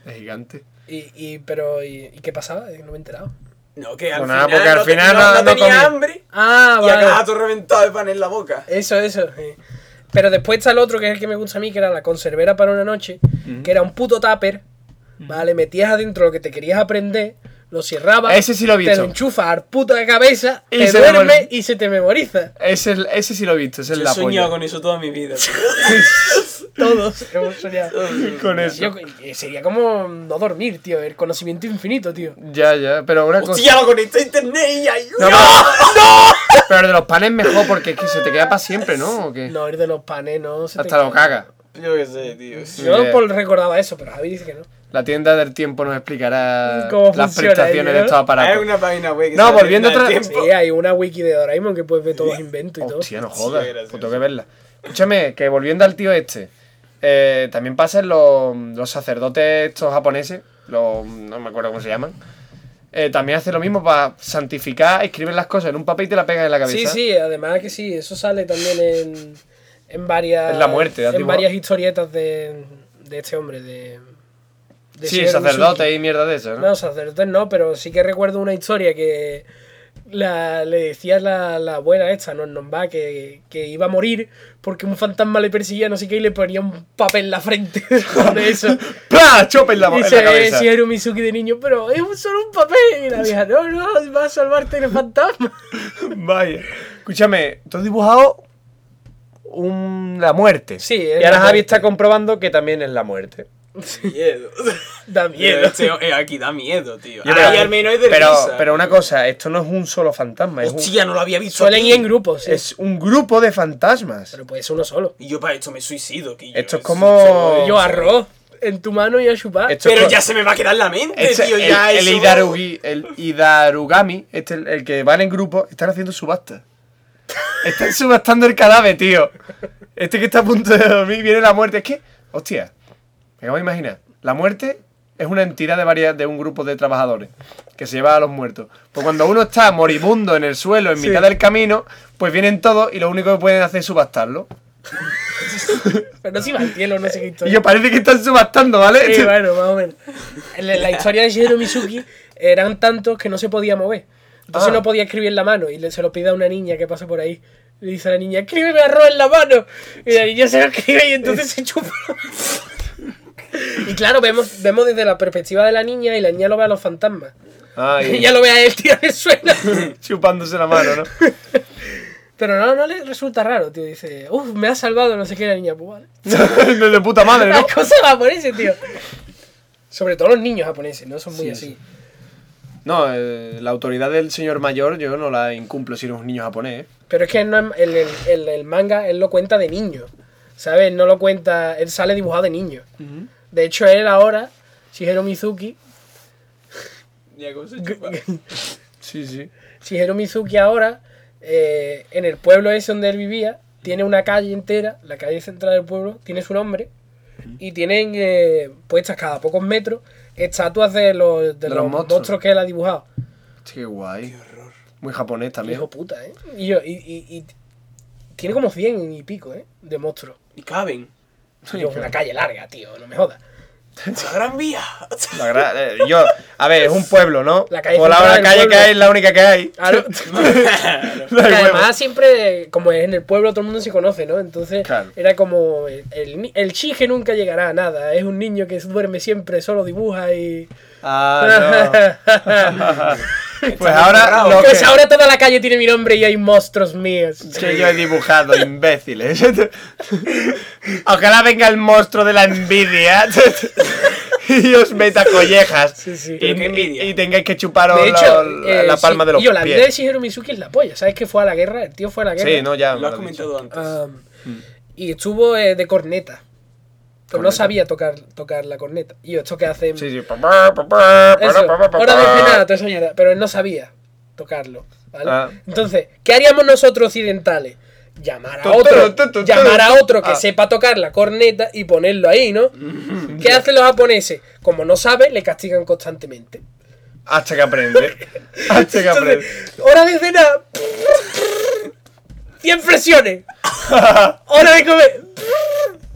A: Es gigante.
B: (laughs) y- pero, ¿y, y qué pasaba? Eh, No me he enterado.
C: No, que al
A: Pues nada,
C: final,
A: porque al
C: no, te-
A: final
C: no-
A: no-
C: no
A: no
C: tenía
A: comía.
C: hambre
B: Ah,
C: y acababa
B: vale.
C: todo reventado de pan en la boca.
B: Eso, eso. sí. Pero después está el otro, que es el que me gusta a mí, que era la conservera para una noche, que era un puto tupper, ¿vale? Metías adentro lo que te querías aprender, lo cierrabas,
A: Ese sí lo he
B: te
A: visto.
B: lo enchufas al puto de cabeza,
A: Y
B: te
A: se te
B: duermes
A: memoriza.
B: y se te memoriza.
A: Ese, es- ese sí lo he visto, ese es
C: Yo he
A: la
C: soñado
A: polla.
C: con eso toda mi vida. tío.
B: Todos hemos soñado.
A: (laughs) Con eso.
B: Yo- eh, sería como no dormir, tío, el conocimiento infinito, tío.
A: Ya, ya, pero una cosa.
C: Hostia, lo conecté a internet y ay,
A: No,
C: no.
A: pero- Pero el de los panes mejor porque es que se te queda para siempre, ¿no? ¿O qué?
B: No, el de los panes, no. se te-
A: Hasta eh. lo caga.
C: Yo qué sé, tío.
B: Yo
A: Bien.
B: por- recordaba eso, pero Javi dice que no.
A: La tienda del tiempo nos explicará
B: ¿Cómo
A: las
B: funciona
A: prestaciones
B: ello,
A: de
B: no?
A: estos
C: Hay
A: aparatos.
C: una página web que
A: No,
C: se llama
A: volviendo
C: Tienda del
A: atrás-
C: Tiempo.
B: Sí, hay una wiki de Doraemon que puedes ver todos los inventos y todo.
A: Hostia, no
C: Sí,
A: jodas.
C: era
A: pues tengo
C: gracioso.
A: que verla. Escúchame, que volviendo al tío este, eh, también pasa en los, los sacerdotes estos japoneses, los, no me acuerdo cómo se llaman. eh, también hacen lo mismo para santificar, escriben las cosas en un papel y te la pegan en la
B: Sí,
A: cabeza.
B: sí, además que sí, eso sale también en, en varias.
A: En la muerte,
B: en
A: tipo-
B: varias historietas de, de este hombre, de. de
A: Sí,
B: Shigeru
A: sacerdotes
B: Mizuki.
A: y mierda de eso, ¿no?
B: No, sacerdote no, pero sí que recuerdo una historia que. la- le decía la, la abuela esta, no va que, que iba a morir porque un fantasma le perseguía, no sé qué, y le ponía un papel en la frente
A: (laughs)
B: con eso.
A: ¡Pla! ¡Chope en la, en la
B: Dice, eh,
A: cabeza!
B: si era un Mizuki de niño, pero es un- solo un papel. Y la vieja, no, no, va a salvarte el fantasma. (laughs)
A: (laughs) Vaya. Escúchame, tú has dibujado un- la muerte.
B: Sí, es
A: Y
B: la
A: ahora Javi
B: muerte.
A: está comprobando que también es la muerte.
C: (laughs) Miedo.
B: Da
C: Pero
B: miedo.
C: este, eh, aquí da miedo, tío.
A: Yo
C: Ahí
A: creo-
C: Ah, al menos es de
A: pero,
C: risa.
A: pero una cosa, esto no es un solo fantasma, es un,
C: Hostia, no lo había visto.
B: Suelen
C: aquí.
B: ir en grupos, sí.
A: es un grupo de fantasmas.
B: pero puede ser uno solo.
C: Y yo para esto me suicido, Quillo.
A: Esto es como-
C: soy-
B: Yo arroz en tu mano y a chupar.
A: Esto-
C: Pero ya se me va a quedar en la mente,
A: Este-
C: tío.
A: el,
C: ya
A: el
C: eso-
A: Hidarugi- el Hidarugami, este, el, el que van en grupo, están haciendo subasta. Están subastando el cadáver, tío. Este que está a punto de dormir viene la muerte. Es que, hostia, me acabo de imaginar. La muerte es una entidad de varias, de un grupo de trabajadores que se lleva a los muertos. Pues cuando uno está moribundo en el suelo, en mitad del camino, pues vienen todos y lo único que pueden hacer es subastarlo.
B: (laughs) Pero no si va al cielo, no sé qué
A: Y (laughs)
B: historia.
A: yo parece que están subastando, ¿vale? (laughs)
B: Sí, bueno, más o menos. La, la historia de Shigeru Mizuki eran tantos que no se podía mover. Entonces
A: Ah.
B: no podía escribir en la mano y le, se lo pide a una niña que pasa por ahí. Le dice a la niña, escríbeme arroz en la mano. Y la niña se lo escribe y entonces se chupa. Y claro, vemos, vemos desde la perspectiva de la niña y la niña lo ve a los fantasmas. (laughs)
A: Ay,
B: Ella lo ve a él tirado en el suelo.
A: chupándose la mano, ¿no? (laughs)
B: Pero no, no le resulta raro, tío. Dice, uff, me ha salvado, no sé qué, la niña. Pues
A: (laughs)
B: vale.
A: de puta madre, ¿no?
B: Las cosas japoneses, tío. Sobre todo los niños japoneses, ¿no? Son muy
A: Sí,
B: así.
A: sí. No, eh, la autoridad del señor mayor yo no la incumplo si no es un niño japonés. ¿eh?
B: Pero es que no es- el, el- el- el manga él lo cuenta de niño. ¿Sabes? No lo cuenta. Él sale dibujado de niño. De hecho, él ahora, Shigeru
A: (laughs)
B: Mizuki.
C: Ya, ¿cómo se chupa?
A: Sí, sí.
B: Shigeru Mizuki ahora, eh, en el pueblo ese donde él vivía, tiene una calle entera, la calle central del pueblo, tiene su nombre. Y tienen eh, puestas cada pocos metros estatuas de los, de
A: De los
B: los
A: monstruos.
B: monstruos que él ha dibujado.
A: Qué guay. Muy japonés también.
B: Hijo puta, ¿eh? Y, yo- y- y- y tiene como 100 y pico, ¿eh? De monstruos.
C: Y caben.
B: Y es una calle larga, tío, no me jodas.
C: La gran vía. (laughs)
A: La gra- eh, yo, a ver,
B: (laughs)
A: es un pueblo, ¿no?
B: La calle
A: Por ahora la
B: central del
A: calle que
B: pueblo.
A: hay es la única que hay. (laughs)
B: (laughs)
A: No
B: Claro.
A: hay
B: Que
A: huevo.
B: además siempre, como es en el pueblo, todo el mundo se conoce, ¿no? Entonces
A: Claro.
B: era como, el, el, ni- el chige nunca llegará a nada, es un niño que duerme siempre, solo dibuja y... (laughs)
A: Ah, no. pues ahora
C: encerrado.
A: lo
B: Pues
A: que,
B: ahora toda la calle tiene mi nombre y hay monstruos míos.
A: que yo he dibujado, imbéciles. (laughs) Ojalá venga el monstruo de la envidia (laughs) y os meta collejas.
B: Sí, sí.
A: Y,
B: Pero
C: qué envidia.
A: y- y tengáis que chuparos
B: De hecho,
A: la,
B: eh,
A: la palma
B: sí,
A: de los
B: yo, la vida de
A: pies.
B: Shigeru Mizuki es la polla, ¿sabes que fue a la guerra? El tío fue a la guerra.
A: Sí, no, ya. me
C: Lo has
A: has dicho.
C: comentado antes.
B: Um, Y estuvo eh, de corneta. Pero no
A: Corneta.
B: sabía tocar, tocar la corneta. Y yo, esto que hace...
A: Sí, sí. Pa, pa, pa, pa, pa,
B: Eso,
A: pa, pa, pa,
B: hora de
A: pa.
B: cenar, toda esa mierda, Pero él no sabía tocarlo. ¿vale?
A: Ah.
B: Entonces, ¿qué haríamos nosotros occidentales? Llamar a
A: Tu, tu,
B: otro,
A: tu, tu, tu.
B: llamar a otro que
A: Ah.
B: sepa tocar la corneta y ponerlo ahí,
A: (laughs)
B: ¿no? ¿Qué hacen los japoneses? Como no sabe, le castigan constantemente.
A: Hasta que
B: (laughs)
A: aprende. Hasta que aprende.
B: Entonces, hora de cenar.
A: (laughs)
B: 100 presiones. Hora de comer.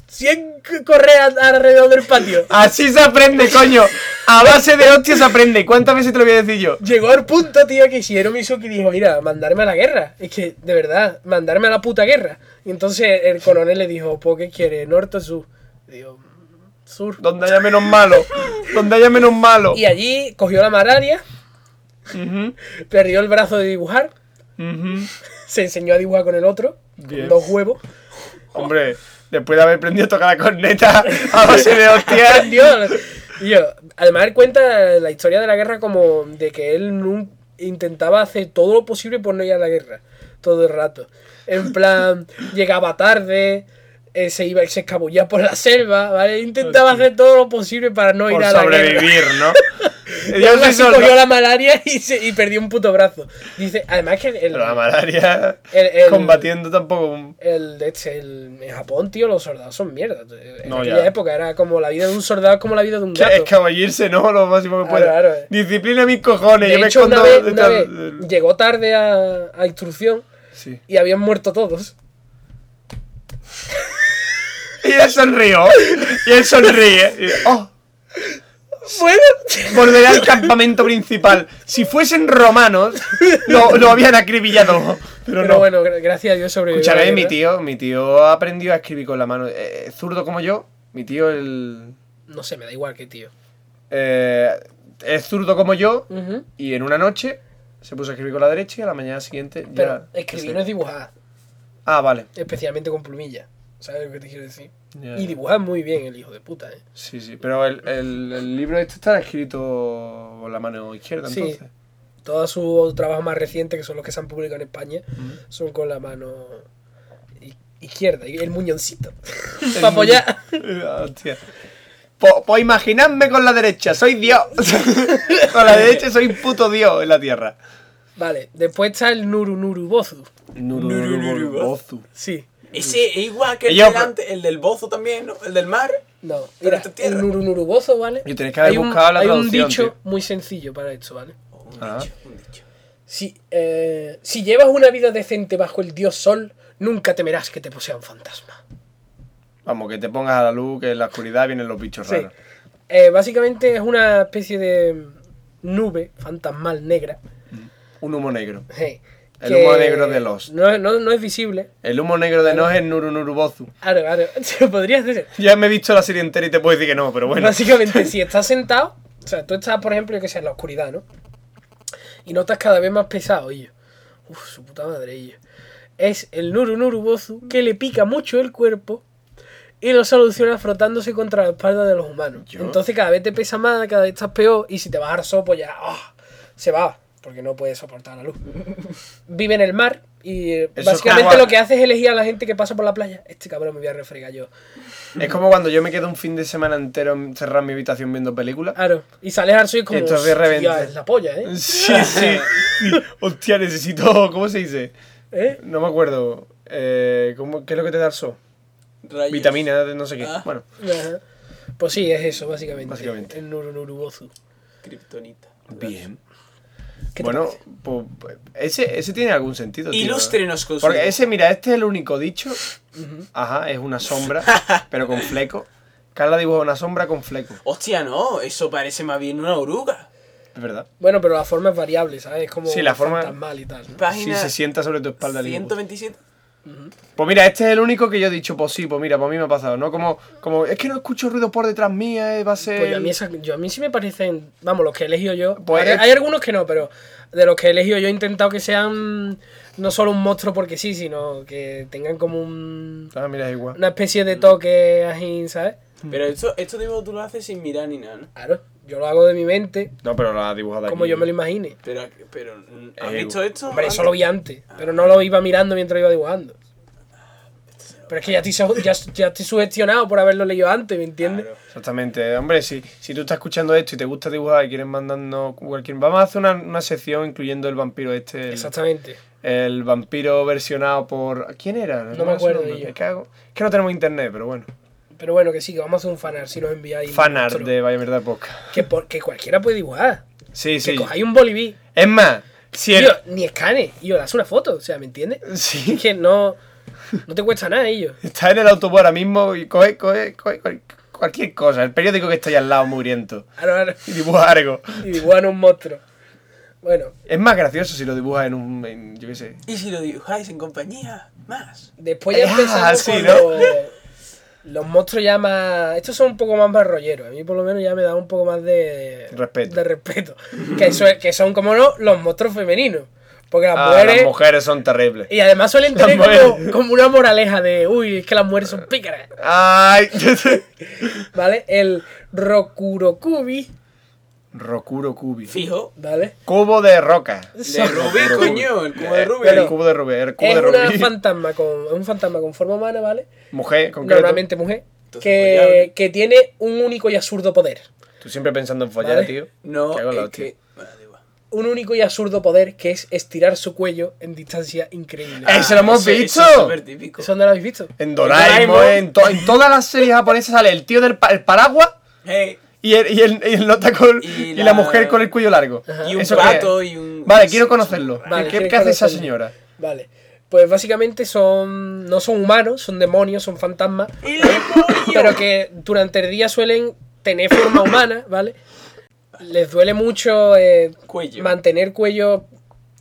B: 100 correas alrededor del patio.
A: Así se aprende, coño. A base de hostias se aprende. ¿Cuántas veces te lo voy a decir yo?
B: Llegó al punto, tío, que Shigeru Mizuki dijo, mira, mandarme a la guerra. Es que, de verdad, mandarme a la puta guerra. Y entonces el coronel le dijo, ¿por qué quiere? ¿Norte o sur? Y Digo, "Mm, sur.
A: Donde haya menos malo. Donde haya menos malo.
B: Y allí cogió la malaria,
A: Ujú,
B: perdió el brazo de dibujar,
A: ujú.
B: se enseñó a dibujar con el otro, con
A: Bien.
B: dos huevos.
A: Hombre, después de haber aprendido a tocar la corneta a base de hostias.
B: Aprendió. (laughs) Y yo, además él cuenta la historia de la guerra como de que él nun- intentaba hacer todo lo posible por no ir a la guerra, todo el rato.
A: (laughs)
B: En plan, llegaba tarde, eh, se iba se escabullía por la selva, ¿vale? Intentaba hacer todo lo posible para no ir
A: Por
B: a la guerra.
A: sobrevivir, ¿no?
B: Y
A: Yo
B: aún
A: soy
B: así cogió
A: solo.
B: la malaria y, se- y perdió un puto brazo. Dice, además que el, el,
A: Pero la malaria.
B: el- el-
A: Combatiendo tampoco.
B: el- de este, el- en Japón, tío, los soldados son mierda. En
A: No,
B: aquella
A: ya.
B: época era como la vida de un soldado, es como la vida de un
A: Que
B: gato.
A: escabullirse, ¿no? Lo máximo que pueda.
B: Claro, claro.
A: Disciplina mis cojones.
B: De
A: yo
B: hecho,
A: me
B: una
A: escondo
B: vez, una
A: detrás
B: vez
A: del-
B: llegó tarde a, a instrucción
A: Sí.
B: y habían
A: (laughs)
B: muerto todos.
A: Y él sonrió. Y él sonríe. y- ¡Oh!
B: Bueno,
A: Volveré al campamento principal. Si fuesen romanos, lo, lo habían acribillado. Pero
B: pero
A: no.
B: bueno, gra- gracias a Dios sobrevivió.
A: Escucharé,
B: a la
A: mi
B: guerra.
A: tío, mi tío aprendió a escribir con la mano. Eh, zurdo como yo, mi tío el.
B: No sé, me da igual que tío.
A: eh, es zurdo como yo.
B: Ujú.
A: Y en una noche se puso a escribir con la derecha y a la mañana siguiente ya.
B: Pero escribir
A: sí.
B: no es dibujar,
A: Ah, vale.
B: especialmente con plumilla. ¿Sabes lo que te quiero decir?
A: Ya,
B: Y
A: ya.
B: dibujar muy bien el hijo de puta, ¿eh?
A: Sí, sí. Pero el, el- el libro este está escrito con la mano izquierda,
B: Sí.
A: entonces.
B: Todos sus trabajos más recientes, que son los que se han publicado en España, son con la mano i- izquierda, y el muñoncito. (laughs) Para apoyar.
A: Ah, hostia. Po- Pues imaginadme con la derecha, soy Dios. con la derecha soy puto Dios en la tierra.
B: Vale, después está el Nuru Nuru Bozu.
A: Nurururubozu.
B: Sí.
C: Ese es igual que el,
A: Ellos-
C: del ante- el del bozo también, ¿no? El del mar.
B: No,
C: Pero
B: mira,
C: esto es tierra.
B: el Nuru Nuru Bozu, ¿vale?
A: Y tenéis que haber
B: Hay un-
A: buscado la
B: Hay un
A: traducción,
B: dicho
A: tío.
B: muy sencillo para esto, ¿vale?
C: Oh, un
A: Ah.
C: dicho, un dicho.
B: Si, eh, si llevas una vida decente bajo el dios sol, nunca temerás que te posea un fantasma.
A: Vamos, que te pongas a la luz, que en la oscuridad vienen los bichos
B: Sí.
A: raros.
B: Eh, básicamente es una especie de nube fantasmal negra. (laughs)
A: Un humo negro.
B: eh,
A: El
B: que
A: humo negro de Lost.
B: No, no, no es visible.
A: El humo negro de no es Nurururubozu.
B: Claro, claro. (laughs) Se podría hacer.
A: Ya me he visto la serie entera y te puedo decir que no, pero bueno.
B: Básicamente, si estás sentado, o sea, tú estás, por ejemplo, yo que sea en la oscuridad, ¿no? Y notas cada vez más pesado, ello. Uf, su puta madre, ello. Es el Nuru Nuru Bozu que le pica mucho el cuerpo y lo soluciona frotándose contra la espalda de los humanos.
A: ¿Yo?
B: Entonces, cada vez te pesa más, cada vez estás peor y si te vas al sopo ya ah, se va. Porque no puede
A: (laughs)
B: soportar la luz. Vive en el mar y eh,
A: Eso es
B: básicamente
A: como-
B: lo que hace es elegir a la gente que pasa por la playa. Este cabrón me voy a refregar yo.
A: Es como cuando yo me quedo un fin de semana entero encerrado en mi habitación viendo películas.
B: Claro. Y sales al sol y como.
A: Esto es Mm. de
B: "Hostia,
A: reventar".
B: es la polla, ¿eh?
A: Sí, sí. Hostia, necesito. ¿Cómo se dice?
B: ¿Eh?
A: No me acuerdo. Eh, ¿cómo- ¿Qué es lo que te da el sol?
B: Ah,
C: Rayos.
A: Vitamina, no sé qué.
C: Ah.
A: Bueno,
B: Ajá. Pues sí, es eso, básicamente.
A: Básicamente.
B: El Nuru Nuru Bozu.
C: Kryptonita.
A: bien.
B: ¿Qué te
A: Bueno,
B: parece?
A: pues, pues, ese, ese tiene algún sentido. tío.
C: Ilústrenos con su-
A: Porque ese, mira, este es el único dicho. Ajá, es una
B: (laughs)
A: sombra, pero con fleco. Carla dibuja una sombra con fleco.
C: Hostia, no, eso parece más bien una oruga.
A: Es verdad.
B: Bueno, pero la forma es variable, ¿sabes? Es como
A: Sí, la forma-
B: fantasmal y tal. ¿no?
A: Si
C: Página
A: se sienta sobre tu espalda. el dibujo.
C: 127.
A: Pues mira, este es el único que yo he dicho, pues sí, pues mira, pues a mí me ha pasado, ¿no? Como, como es que no escucho ruido por detrás mía, eh, va a ser...
B: Pues yo a, mí esa- yo a mí sí me parecen, vamos, los que he elegido yo.
A: Pues-
B: hay, hay algunos que no, pero de los que he elegido yo he intentado que sean no solo un monstruo porque sí, sino que tengan como un,
A: Ah, mira, es igual.
B: una especie de toque así, ¿sabes?
C: Pero esto, esto digo, tú lo haces sin mirar ni nada, ¿no?
B: Claro, yo lo hago de mi mente,
A: No, pero la dibujada
B: como
A: aquí-
B: yo me lo imagine.
C: Pero, pero mm, ¿has
A: Eh,
C: visto esto?
B: Hombre, eso
C: antes?
B: lo vi antes, pero no lo iba mirando mientras iba dibujando. Pero es que ya estoy, su- ya, ya estoy sugestionado por haberlo leído antes, ¿me entiendes?
C: Claro.
A: Exactamente, hombre, si, si tú estás escuchando esto y te gusta dibujar y quieres mandarnos cualquier... Vamos a hacer una, una sección incluyendo el vampiro este, el,
B: Exactamente.
A: el vampiro versionado por... ¿Quién era?
B: No me acuerdo
A: su nombre,
B: yo.
A: me cago. Es que no tenemos internet, pero bueno.
B: Pero bueno, que sí, que vamos a hacer un fanart si nos enviáis.
A: Fanart
B: vuestro-
A: de Vaya Mierda de Podcast.
B: Que, por- que cualquiera puede dibujar.
A: Sí,
B: Que
A: sí.
B: cojáis un boliví.
A: Es más, si el...
B: Tío, ni escane. Y yo le haces una foto, o sea, ¿me entiendes?
A: (laughs) Sí.
B: Es que no, no te cuesta nada, ellos.
A: Está en el autobús ahora mismo y coge, coge, coge cual- cualquier cosa. El periódico que está ahí al lado muriendo.
B: Ahora, ahora,
A: Y dibuja algo.
B: y dibujan un monstruo. Bueno,
A: Es más gracioso si lo dibujas en un. en- yo qué sé.
C: ¿Y si lo dibujáis en compañía? Más.
B: Después ya
A: Ah,
B: empezamos
A: sí,
B: con
A: ¿no?
B: los, los monstruos ya más... Estos son un poco más barrolleros. A mí por lo menos ya me da un poco más de...
A: Respeto.
B: De respeto. Que, eso es- que son, como no, los monstruos femeninos. Porque las
A: Ah,
B: mujeres...
A: las mujeres son terribles.
B: Y además suelen
A: Las
B: tener como,
A: mujeres.
B: como una moraleja de... Uy, es que las mujeres son pícaras.
A: ¡Ay!
B: ¿Vale? El Rokurokubi.
A: (laughs) Rokuro Kubi.
C: Fijo.
B: ¿Vale?
A: Cubo de roca.
C: De Rubí, coño, el cubo de
A: Eh,
C: Rubí.
A: El cubo de Rubí. El cubo
B: Es
A: de
B: una
A: Rubí. (laughs)
B: fantasma con, es un fantasma con forma humana, ¿vale?
A: Mujer, en concreto.
B: Normalmente mujer.
C: Entonces,
B: Que,
C: follable.
B: que tiene un único y absurdo poder.
A: Tú siempre pensando en follar,
B: Vale.
A: tío.
C: No,
A: Te hago la
C: es
A: hostia.
C: que... Bueno, da igual.
B: un único y absurdo poder que es estirar su cuello en distancia increíble.
A: Eh, ¡Eso lo hemos
C: eso-
A: visto!
C: Ah, eso es súper típico.
B: ¿Eso dónde lo habéis visto?
A: En Doraemon, en, to- en todas las series japonesas sale el tío del pa- el paraguas
C: Hey,
A: y el, y el- y el nota con. Y,
C: Y
A: la...
C: la-
A: mujer con el cuello largo.
C: y un
A: ¿Eso qué es?
C: pato y un...
A: Vale, quiero conocerlo.
B: Vale,
A: ¿Qué,
B: ¿quieres
A: qué hace esa
B: conocerlo?
A: señora?
B: Vale. Pues básicamente son.
A: (laughs)
B: No son humanos, son demonios, son fantasmas.
C: ¡El demonio!
B: Pero que durante el día suelen tener forma humana, ¿vale? Les duele mucho eh,
C: Cuello.
B: mantener cuello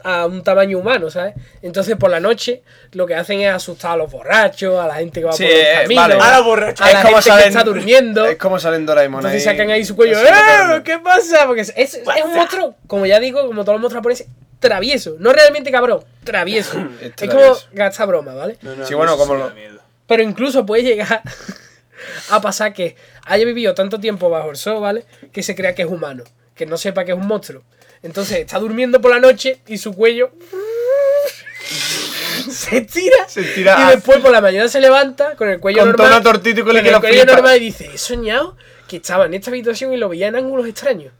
B: a un tamaño humano, ¿sabes? Entonces por la noche lo que hacen es asustar a los borrachos, a la gente que va
A: Sí,
B: por el
A: eh,
B: camino,
A: vale.
C: A los borrachos.
B: a la gente que está durmiendo.
A: Es como salen Doraemon
B: Entonces
A: ahí.
B: sacan ahí su cuello.
A: así tocando.
B: ¡Eh! ¿Qué pasa? Porque es, es- es un
C: Pasa.
B: monstruo, como ya digo, como todos los monstruos japoneses, travieso. No realmente cabrón, travieso.
A: (clears throat) Es
B: es,
A: travieso.
B: como gasta broma, ¿vale?
C: No, no,
A: Sí,
C: no,
A: bueno,
C: eso
A: como
C: sí
A: lo-
C: da miedo.
B: Pero incluso puede llegar (laughs) a pasar que haya vivido tanto tiempo bajo el sol, ¿vale? Que se crea que es humano, que no sepa que es un monstruo. Entonces está durmiendo por la noche y su cuello (laughs) se tira,
A: Se tira
B: y
A: a-
B: después por la mañana se levanta con el cuello
A: Con toda
B: normal.
A: una tortita y con el que
B: el
A: la
B: cuello
A: flipa.
B: normal y dice, he soñado que estaba en esta habitación y lo veía en ángulos extraños.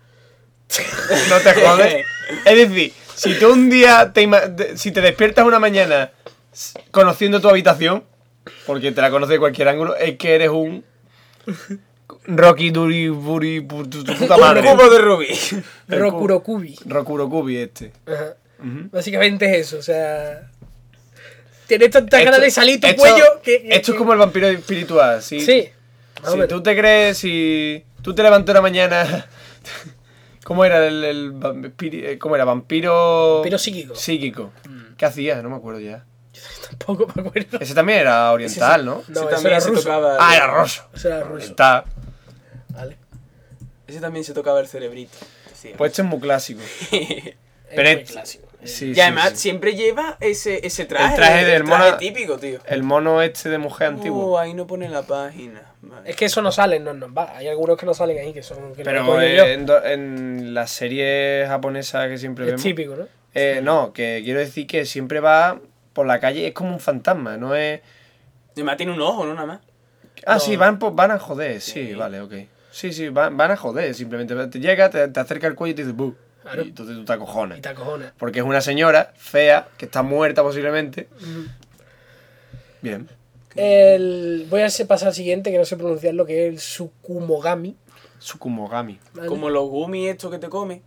A: No te jodes. (laughs) Es decir, si tú un día te ima- de- si te despiertas una mañana s- conociendo tu habitación, porque te la conoces de cualquier ángulo, es que eres un Rocky Duri Buri pu- tu, tu puta
C: Un
A: madre.
C: cubo de rubí.
A: El cu-
B: Rokurokubi.
A: Rokurokubi este.
B: Ajá. Básicamente es eso, o sea... Tienes tanta
A: Esto-
B: ganas de salir tu
A: esto-
B: cuello que... que-
A: Esto es como el vampiro espiritual, sí.
B: Sí. Ah, Más o
A: Si
B: menos.
A: tú te crees, si tú te levantas una mañana. (laughs) ¿Cómo era el, el vampiri- eh, ¿Cómo era? Vampiro.
B: Vampiro psíquico.
A: Psíquico.
B: Mm.
A: ¿Qué hacías? No me acuerdo ya.
B: Tampoco me acuerdo.
A: Ese también era oriental,
C: (laughs)
A: ¿no?
B: No,
C: Ese
B: eso
C: también
B: era
C: se
B: ruso.
C: tocaba.
A: Ah, era ruso.
B: Eso era ruso.
A: Está. Pues
B: Vale.
C: Ese también se tocaba el cerebrito. decía.
A: Pues este es muy clásico.
B: Eh,
A: Pero
C: (laughs)
B: Pero es muy
A: es-
B: clásico.
A: Sí,
C: y
A: sí,
C: además
A: sí.
C: siempre lleva ese, ese traje.
A: El traje del
C: traje
A: mono-
C: típico, tío.
A: El mono este de mujer antiguo.
C: Uh, ahí no pone la página. Vale.
B: Es que eso no sale, no, no va. Hay algunos que no salen ahí que son. Que no
A: Pero
B: coño
A: eh,
B: yo.
A: en, do- en la serie japonesa que siempre
B: es
A: vemos.
B: típico, ¿no?
A: eh, no, que quiero decir que siempre va por la calle, es como un fantasma, no es.
C: Además tiene un ojo, ¿no? Nada más.
A: Ah,
B: No.
A: sí, van, por- van a joder, sí,
C: Sí.
A: vale, ok. Sí, sí, van, van a joder, simplemente te llega, te, te acerca el cuello y te dice, "Bu",
B: Claro.
A: Y entonces tú te acojonas.
B: Y te acojonas.
A: Porque es una señora fea, que está muerta posiblemente. Bien.
B: El, voy a hacer- pasar al siguiente, que no sé pronunciar lo que es el Sukumogami.
A: Sukumogami.
B: ¿vale?
C: Como los gumi estos que te come.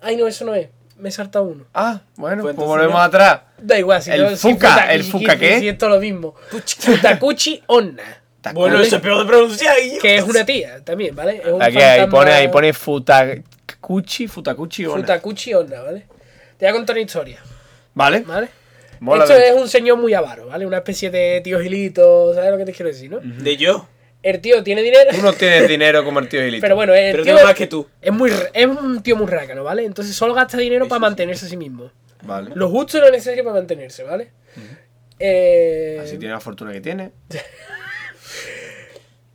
B: Ay, no, eso no es. Me he saltado uno.
A: Ah, bueno,
C: Pues
A: pues,
C: entonces
A: volvemos
C: ya.
A: atrás.
B: Da igual, si
A: El
B: no, si
A: fuka,
B: futa-
A: el
B: y-
A: fuka,
B: y-
A: ¿qué?
B: Si es todo lo mismo. Futakuchi Onna.
A: Taku-
C: Bueno,
B: Vale.
C: eso es peor de pronunciar. Y
B: Que es una tía también, ¿vale? Es un
A: Aquí ahí
B: fantasma-
A: pone, ahí pone Futakuchi, Futakuchi Ona.
B: Futakuchi Onna, ¿vale? Te voy a contar una historia,
A: ¿Vale?
B: ¿vale?
A: Mola
B: Esto
A: de-
B: es un señor muy avaro, ¿vale? Una especie de tío gilito, ¿sabes lo que te quiero decir, no?
C: De yo.
B: El tío tiene dinero,
A: Tú no tienes dinero como el tío Gilito.
B: (laughs) pero bueno, el
C: Pero
B: tío
C: tengo más que tú.
B: es, muy, r- es un tío muy rácano, ¿vale? Entonces solo gasta dinero para mantenerse a sí mismo.
A: Vale.
B: Lo justo y lo necesario para mantenerse, ¿vale? Eh,
A: Así tiene la fortuna que tiene.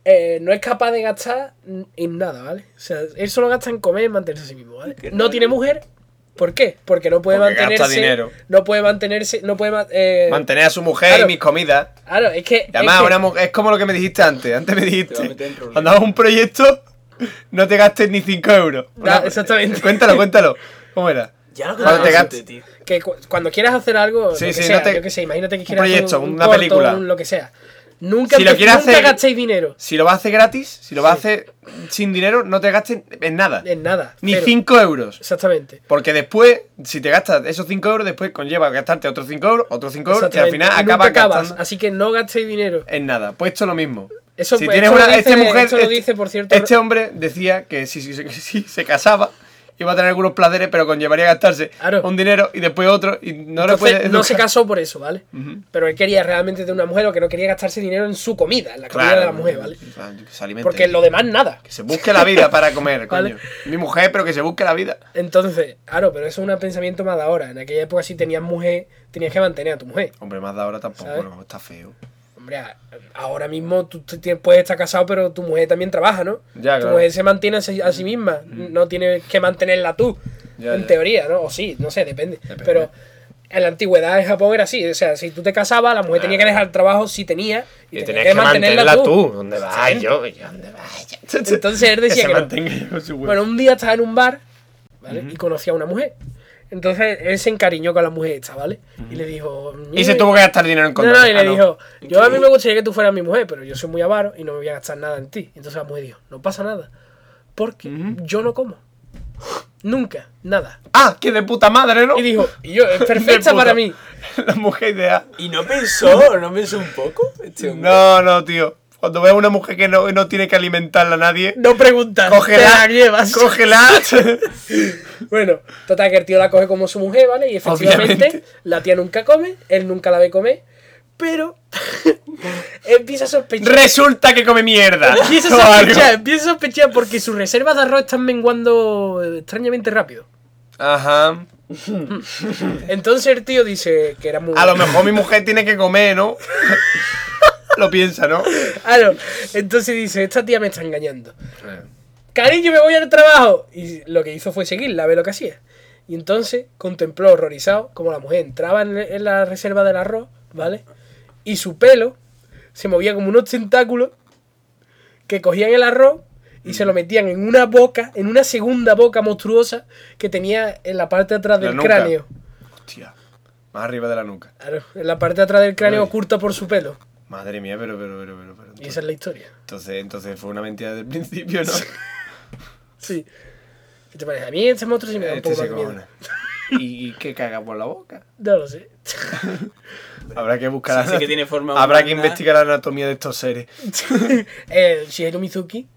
B: eh, no es capaz de gastar n- en nada, ¿vale? O sea, él solo gasta en comer y mantenerse a sí mismo, ¿vale? No tiene mujer. ¿Por qué? Porque no puede
A: Porque gasta
B: mantenerse.
A: dinero.
B: No puede mantenerse. No puede. ma- eh,
A: Mantener a su mujer
B: claro.
A: y mis comidas.
B: Claro, es que.
A: Y además,
B: es que-
A: una mu- es como lo que me dijiste antes. Antes me
C: Te va a
A: dijiste,
C: meter en problemas.
A: cuando hagas un proyecto, no te gastes ni 5 euros.
B: Da-
A: Una-
B: exactamente.
A: Cuéntalo, cuéntalo. ¿Cómo era?
C: Ya lo
A: Cuando te
C: contaste,
A: gastes.
C: tío.
B: que cu- cuando quieras hacer algo,
A: Sí,
B: lo que
A: sí,
B: sea,
A: no te-
B: yo que sé, imagínate que
A: un
B: quieras
A: proyecto,
B: hacer
A: una película.
B: un lo que sea. Nunca,
A: Si lo
B: empe-
A: quieres
B: nunca
A: hacer-
B: gastéis dinero
A: Si lo vas a hacer gratis, si lo vas a hacer sin dinero, no te gastes en nada.
B: en nada.
A: Ni
B: cero.
A: 5 euros.
B: Exactamente.
A: Porque después, si te gastas esos 5 euros, después conlleva gastarte otros 5 euros, otros 5 euros, y al
B: Exactamente.
A: final
B: Nunca
A: acabas
B: acabas,
A: gastando
B: así que no gastéis dinero.
A: en nada. Pues esto es lo mismo.
B: Eso-
A: si
B: pues,
A: tienes
B: esto lo
A: una,
B: dice-
A: este mujer,
B: esto lo
A: este-
B: dice, por cierto,
A: este hombre decía que si, si- si- si se casaba iba a tener algunos placeres, pero conllevaría gastarse
B: Claro.
A: un dinero y después otro y no le
B: Entonces,
A: puede
B: no
A: educar.
B: se casó por eso, ¿vale? Pero él quería realmente de una mujer o que no quería gastarse dinero en su comida, en la comida
A: Claro,
B: de la mujer, ¿vale?
A: que se alimente.
B: Porque lo demás, nada.
A: que se busque la vida para comer,
B: (laughs) Vale.
A: coño. Mi mujer, pero que se busque la vida.
B: Entonces, claro, pero eso es un pensamiento más de ahora. En aquella época, si tenías mujer, tenías que mantener a tu mujer.
A: Hombre, más de ahora tampoco,
B: ¿Sabes?
A: no, está feo.
B: Hombre, a- ahora mismo tú tú tienes- puedes estar casado, pero tu mujer también trabaja, ¿no?
A: Ya,
B: tu
A: claro.
B: mujer se mantiene a sí, a sí misma, no tienes que mantenerla tú,
A: Ya,
B: en
A: ya.
B: teoría, ¿no? O sí, no sé, depende.
A: Depende.
B: Pero en la antigüedad en Japón era así, o sea, si tú te casabas, la mujer tenía que dejar el trabajo si tenía, y, tenía que mantenerla, tú.
A: ¿Dónde vas yo? ¿Y ¿Dónde vas (laughs) yo?
B: Entonces él
A: que
B: decía
A: se
B: que no.
A: mantenga yo con su huevo.
B: Bueno, un día estaba en un bar, ¿vale? Y conocía a una mujer. Entonces él se encariñó con la mujer esta, ¿vale? Y le dijo...
A: y se
B: "Mira,
A: tuvo que gastar dinero en
B: No,
A: condones.
B: no, y le
A: Ah,
B: dijo, yo a mí me gustaría que tú fueras mi mujer, pero yo soy muy avaro y no me voy a gastar nada en ti. Entonces la mujer dijo, no pasa nada, porque yo no como. Nunca, nada.
A: Ah, que de puta madre, ¿no?
B: Y dijo, y yo, es perfecta
A: De
B: para
A: puta.
B: mí.
A: (laughs) La mujer idea. (laughs)
C: Y no pensó, no pensó un poco. Este hombre.
A: No, no, tío. Cuando veas una mujer que no, no tiene que alimentarla a nadie,
B: No preguntas, te
A: cógela.
B: la llevas. (laughs)
A: Cógela. (laughs)
B: Bueno, total que el tío la coge como su mujer, ¿vale? Y efectivamente
A: Obviamente.
B: la tía nunca come, él nunca la ve comer, pero (laughs) empieza a sospechar.
A: Resulta que come
B: (laughs)
A: mierda. (laughs)
B: Empieza
A: O
B: a
A: algo.
B: sospechar, empieza a sospechar porque sus reservas de arroz están menguando eh, extrañamente rápido.
A: Ajá.
B: Entonces el tío dice que era muy...
A: A lo mejor mi mujer tiene que comer, ¿no? (laughs) Lo piensa, ¿no?
B: Claro, entonces dice, esta tía me está engañando.
A: Eh.
B: Cariño, me voy al trabajo. Y lo que hizo fue seguirla, a ver lo que hacía. Y entonces contempló horrorizado como la mujer entraba en, en la reserva del arroz, ¿vale? Y su pelo se movía como unos tentáculos que cogían el arroz y
A: Mm.
B: se lo metían en una boca, en una segunda boca monstruosa que tenía en la parte de atrás
A: La
B: del
A: nuca.
B: cráneo.
A: Hostia. Más arriba de la nuca.
B: Claro, en la parte de atrás del cráneo
A: Ay.
B: oculta por su pelo.
A: Madre mía, pero, pero, pero, pero. pero
B: Y esa es la historia.
A: Entonces, entonces fue una mentira desde el principio, (laughs) ¿no?
B: Sí. ¿Qué te parece? A mí este monstruo sí me da un
A: Este
B: poco
A: se
B: más miedo. (laughs)
A: cojona. ¿Y, y qué caga por la boca?
B: No lo sé. (laughs)
A: Habrá que buscar.
C: Sí, sí que tiene forma
A: Habrá
C: humana.
A: que investigar la anatomía de estos seres.
B: el Shigeru Mizuki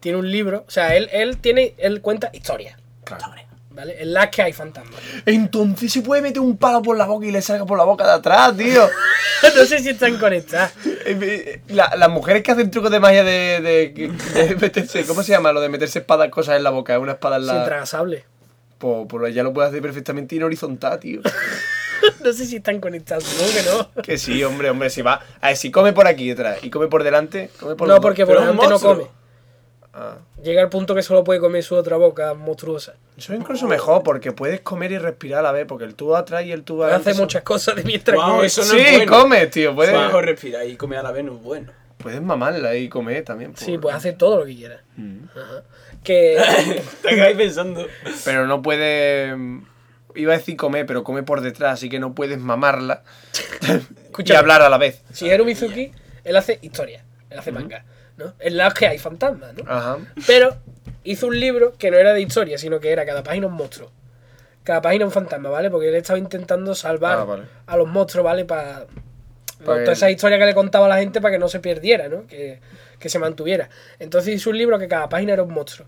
B: tiene un libro, o sea, él, él tiene, él cuenta historias,
A: Claro.
B: ¿vale? En las que hay fantasmas.
A: Entonces se puede meter un palo por la boca y le salga por la boca de atrás, tío.
B: (laughs) no sé si están conectadas.
A: Eh, eh, la- las mujeres que hacen trucos de magia de, de- de meterse. ¿Cómo se llama? Lo de meterse espadas, cosas en la boca. Una espada en
B: Sin
A: la.
B: tragasable.
A: Pues, pues ella lo puede hacer perfectamente y en horizontal, tío.
B: (laughs) no sé si están conectadas, supongo que no.
A: Que sí, hombre, hombre, si va. A ver, si come por aquí detrás y come por delante, come por
B: no,
A: los dos.
B: porque por
C: pero es un
B: delante no
C: monstruo.
B: come.
A: Ah.
B: Llega al punto que solo puede comer su otra boca monstruosa.
A: Eso es incluso mejor porque puedes comer y respirar a la vez, porque el tubo atrás y el tubo adelante
B: Hace
A: son-
B: muchas cosas de mientras
C: Guau,
B: come.
C: eso no
A: sí,
C: es bueno.
A: come, tío. Puedes,
C: Bajo respira y come a la Venus, bueno. (laughs)
A: puedes mamarla y comer también. por-
B: Sí, pues hace todo lo que quiera. Ajá. Que
C: (laughs) Te acabáis pensando.
B: pues.
A: Pero no puede. Iba a decir comer, pero come por detrás, así que no puedes mamarla y
B: Escúchame.
A: hablar a la vez.
B: Shigeru Mizuki, él hace historia, él hace manga, ¿no? En las que hay fantasmas, ¿no?
A: Ajá.
B: Pero hizo un libro que no era de historia, sino que era cada página un monstruo. Cada página un fantasma, ¿vale? Porque él estaba intentando salvar
A: Ah, vale.
B: a los monstruos, ¿vale? Para.
A: Para
B: toda
A: que-
B: esa historia que le contaba a la gente para que no se perdiera, ¿no? Que, que se mantuviera. Entonces hizo un libro que cada página era un monstruo.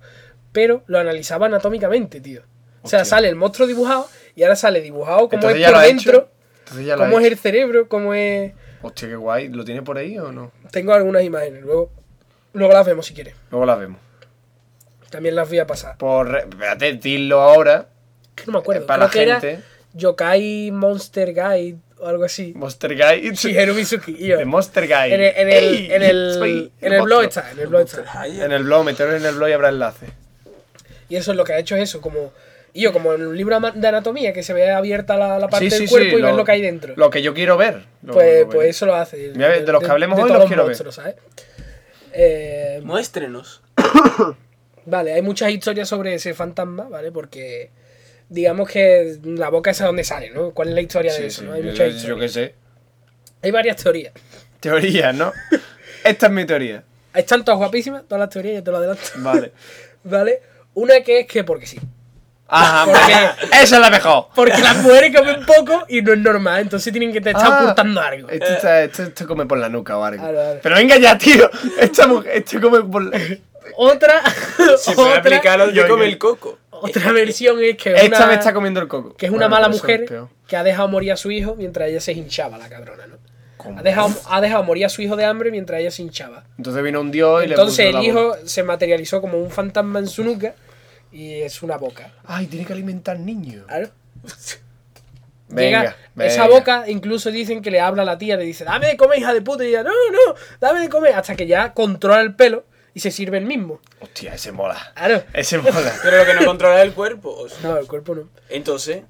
B: Pero lo analizaba anatómicamente, tío. O sea,
A: Hostia.
B: sale el monstruo dibujado y ahora sale dibujado como
A: Entonces
B: es
A: ya lo
B: por
A: ha
B: dentro,
A: hecho. Entonces ya lo
B: cómo
A: ha
B: es
A: hecho.
B: el cerebro, cómo es.
A: Hostia, qué guay. ¿Lo tiene por ahí o no?
B: Tengo algunas imágenes, luego, luego las vemos si quieres.
A: Luego las vemos.
B: También las voy a pasar.
A: Por. re- Espérate, dilo ahora.
B: que no me acuerdo.
A: Eh, para
B: creo
A: la
B: que era
A: gente.
B: Yokai Monster Guide o
A: (laughs)
B: algo así.
A: Monster Guy.
B: (laughs) Shigeru Mizuki. y yo.
A: De Monster Guy.
B: En el, en el,
A: ¡Ey!
B: en el-
A: Soy
B: en el blog
A: monstruo.
B: está, en el blog está.
C: Ay,
A: En el blog, meteros en el blog y habrá enlace.
B: Y eso es lo que ha hecho es eso, como y yo, como en un libro ama- de anatomía que se ve abierta la, la parte
A: Sí,
B: del
A: sí, sí,
B: cuerpo y ves lo que hay dentro.
A: Lo que yo quiero ver. Lo-
B: pues,
A: lo
B: pues
A: veré.
B: eso lo hace.
A: Mira, de los que hablemos hoy
B: todos
A: los quiero ver.
B: monstruos, ¿sabes? Eh,
C: Muéstrenos.
B: Vale, hay muchas historias sobre ese fantasma, ¿vale? Porque digamos que la boca es a donde sale, ¿no? ¿Cuál es la historia
A: Sí,
B: de eso?
A: sí,
B: ¿no? Hay
A: yo-
B: muchas
A: yo qué
B: historias.
A: sé.
B: Hay varias teorías.
A: Teoría, ¿no? (laughs) Esta es mi teoría.
B: Están todas guapísimas, todas las teorías, ya te lo adelanto. (laughs)
A: Vale.
B: ¿Vale? Una que es que porque sí.
A: Ajá,
B: Porque- (laughs)
A: vale. Esa es la mejor.
B: Porque las mujeres
A: (laughs)
B: comen poco y no es normal, entonces tienen que te estar
A: Ah,
B: ocultando algo.
A: Esto, está- esto- esto come por la nuca o algo.
B: Vale, vale.
A: Pero venga ya, tío. Esta mujer, esto come por
B: (laughs)
A: la... (laughs)
B: Otra,
C: Se puede aplicar
B: otra,
C: a lo
A: Yo-
C: que come
A: yo-
C: el coco.
B: otra versión es que
A: Esta
B: una-
A: me está comiendo el coco.
B: que es una
A: Bueno,
B: mala
A: pero eso es
B: mujer
A: peor.
B: que ha dejado morir a su hijo mientras ella se hinchaba, la cabrona, ¿no?
A: ¿Cómo?
B: Ha dejado, ha dejado morir a su hijo de hambre mientras ella se hinchaba.
A: Entonces vino un dios y
B: Entonces
A: le puso
B: el
A: la boca.
B: hijo se materializó como un fantasma en su nuca y es una boca.
A: Ay, tiene que alimentar niños.
B: Claro.
A: Venga,
B: Llega esa
A: venga.
B: boca, incluso dicen que le habla a la tía, le dice, dame de comer, hija de puta, y ella, no, no, dame de comer, hasta que ya controla el pelo y se sirve el mismo.
A: Hostia, ese mola.
B: Claro.
A: Ese
B: (laughs)
A: mola.
C: Pero lo que no controla es el cuerpo. o sea,
B: No, el cuerpo no.
C: Entonces,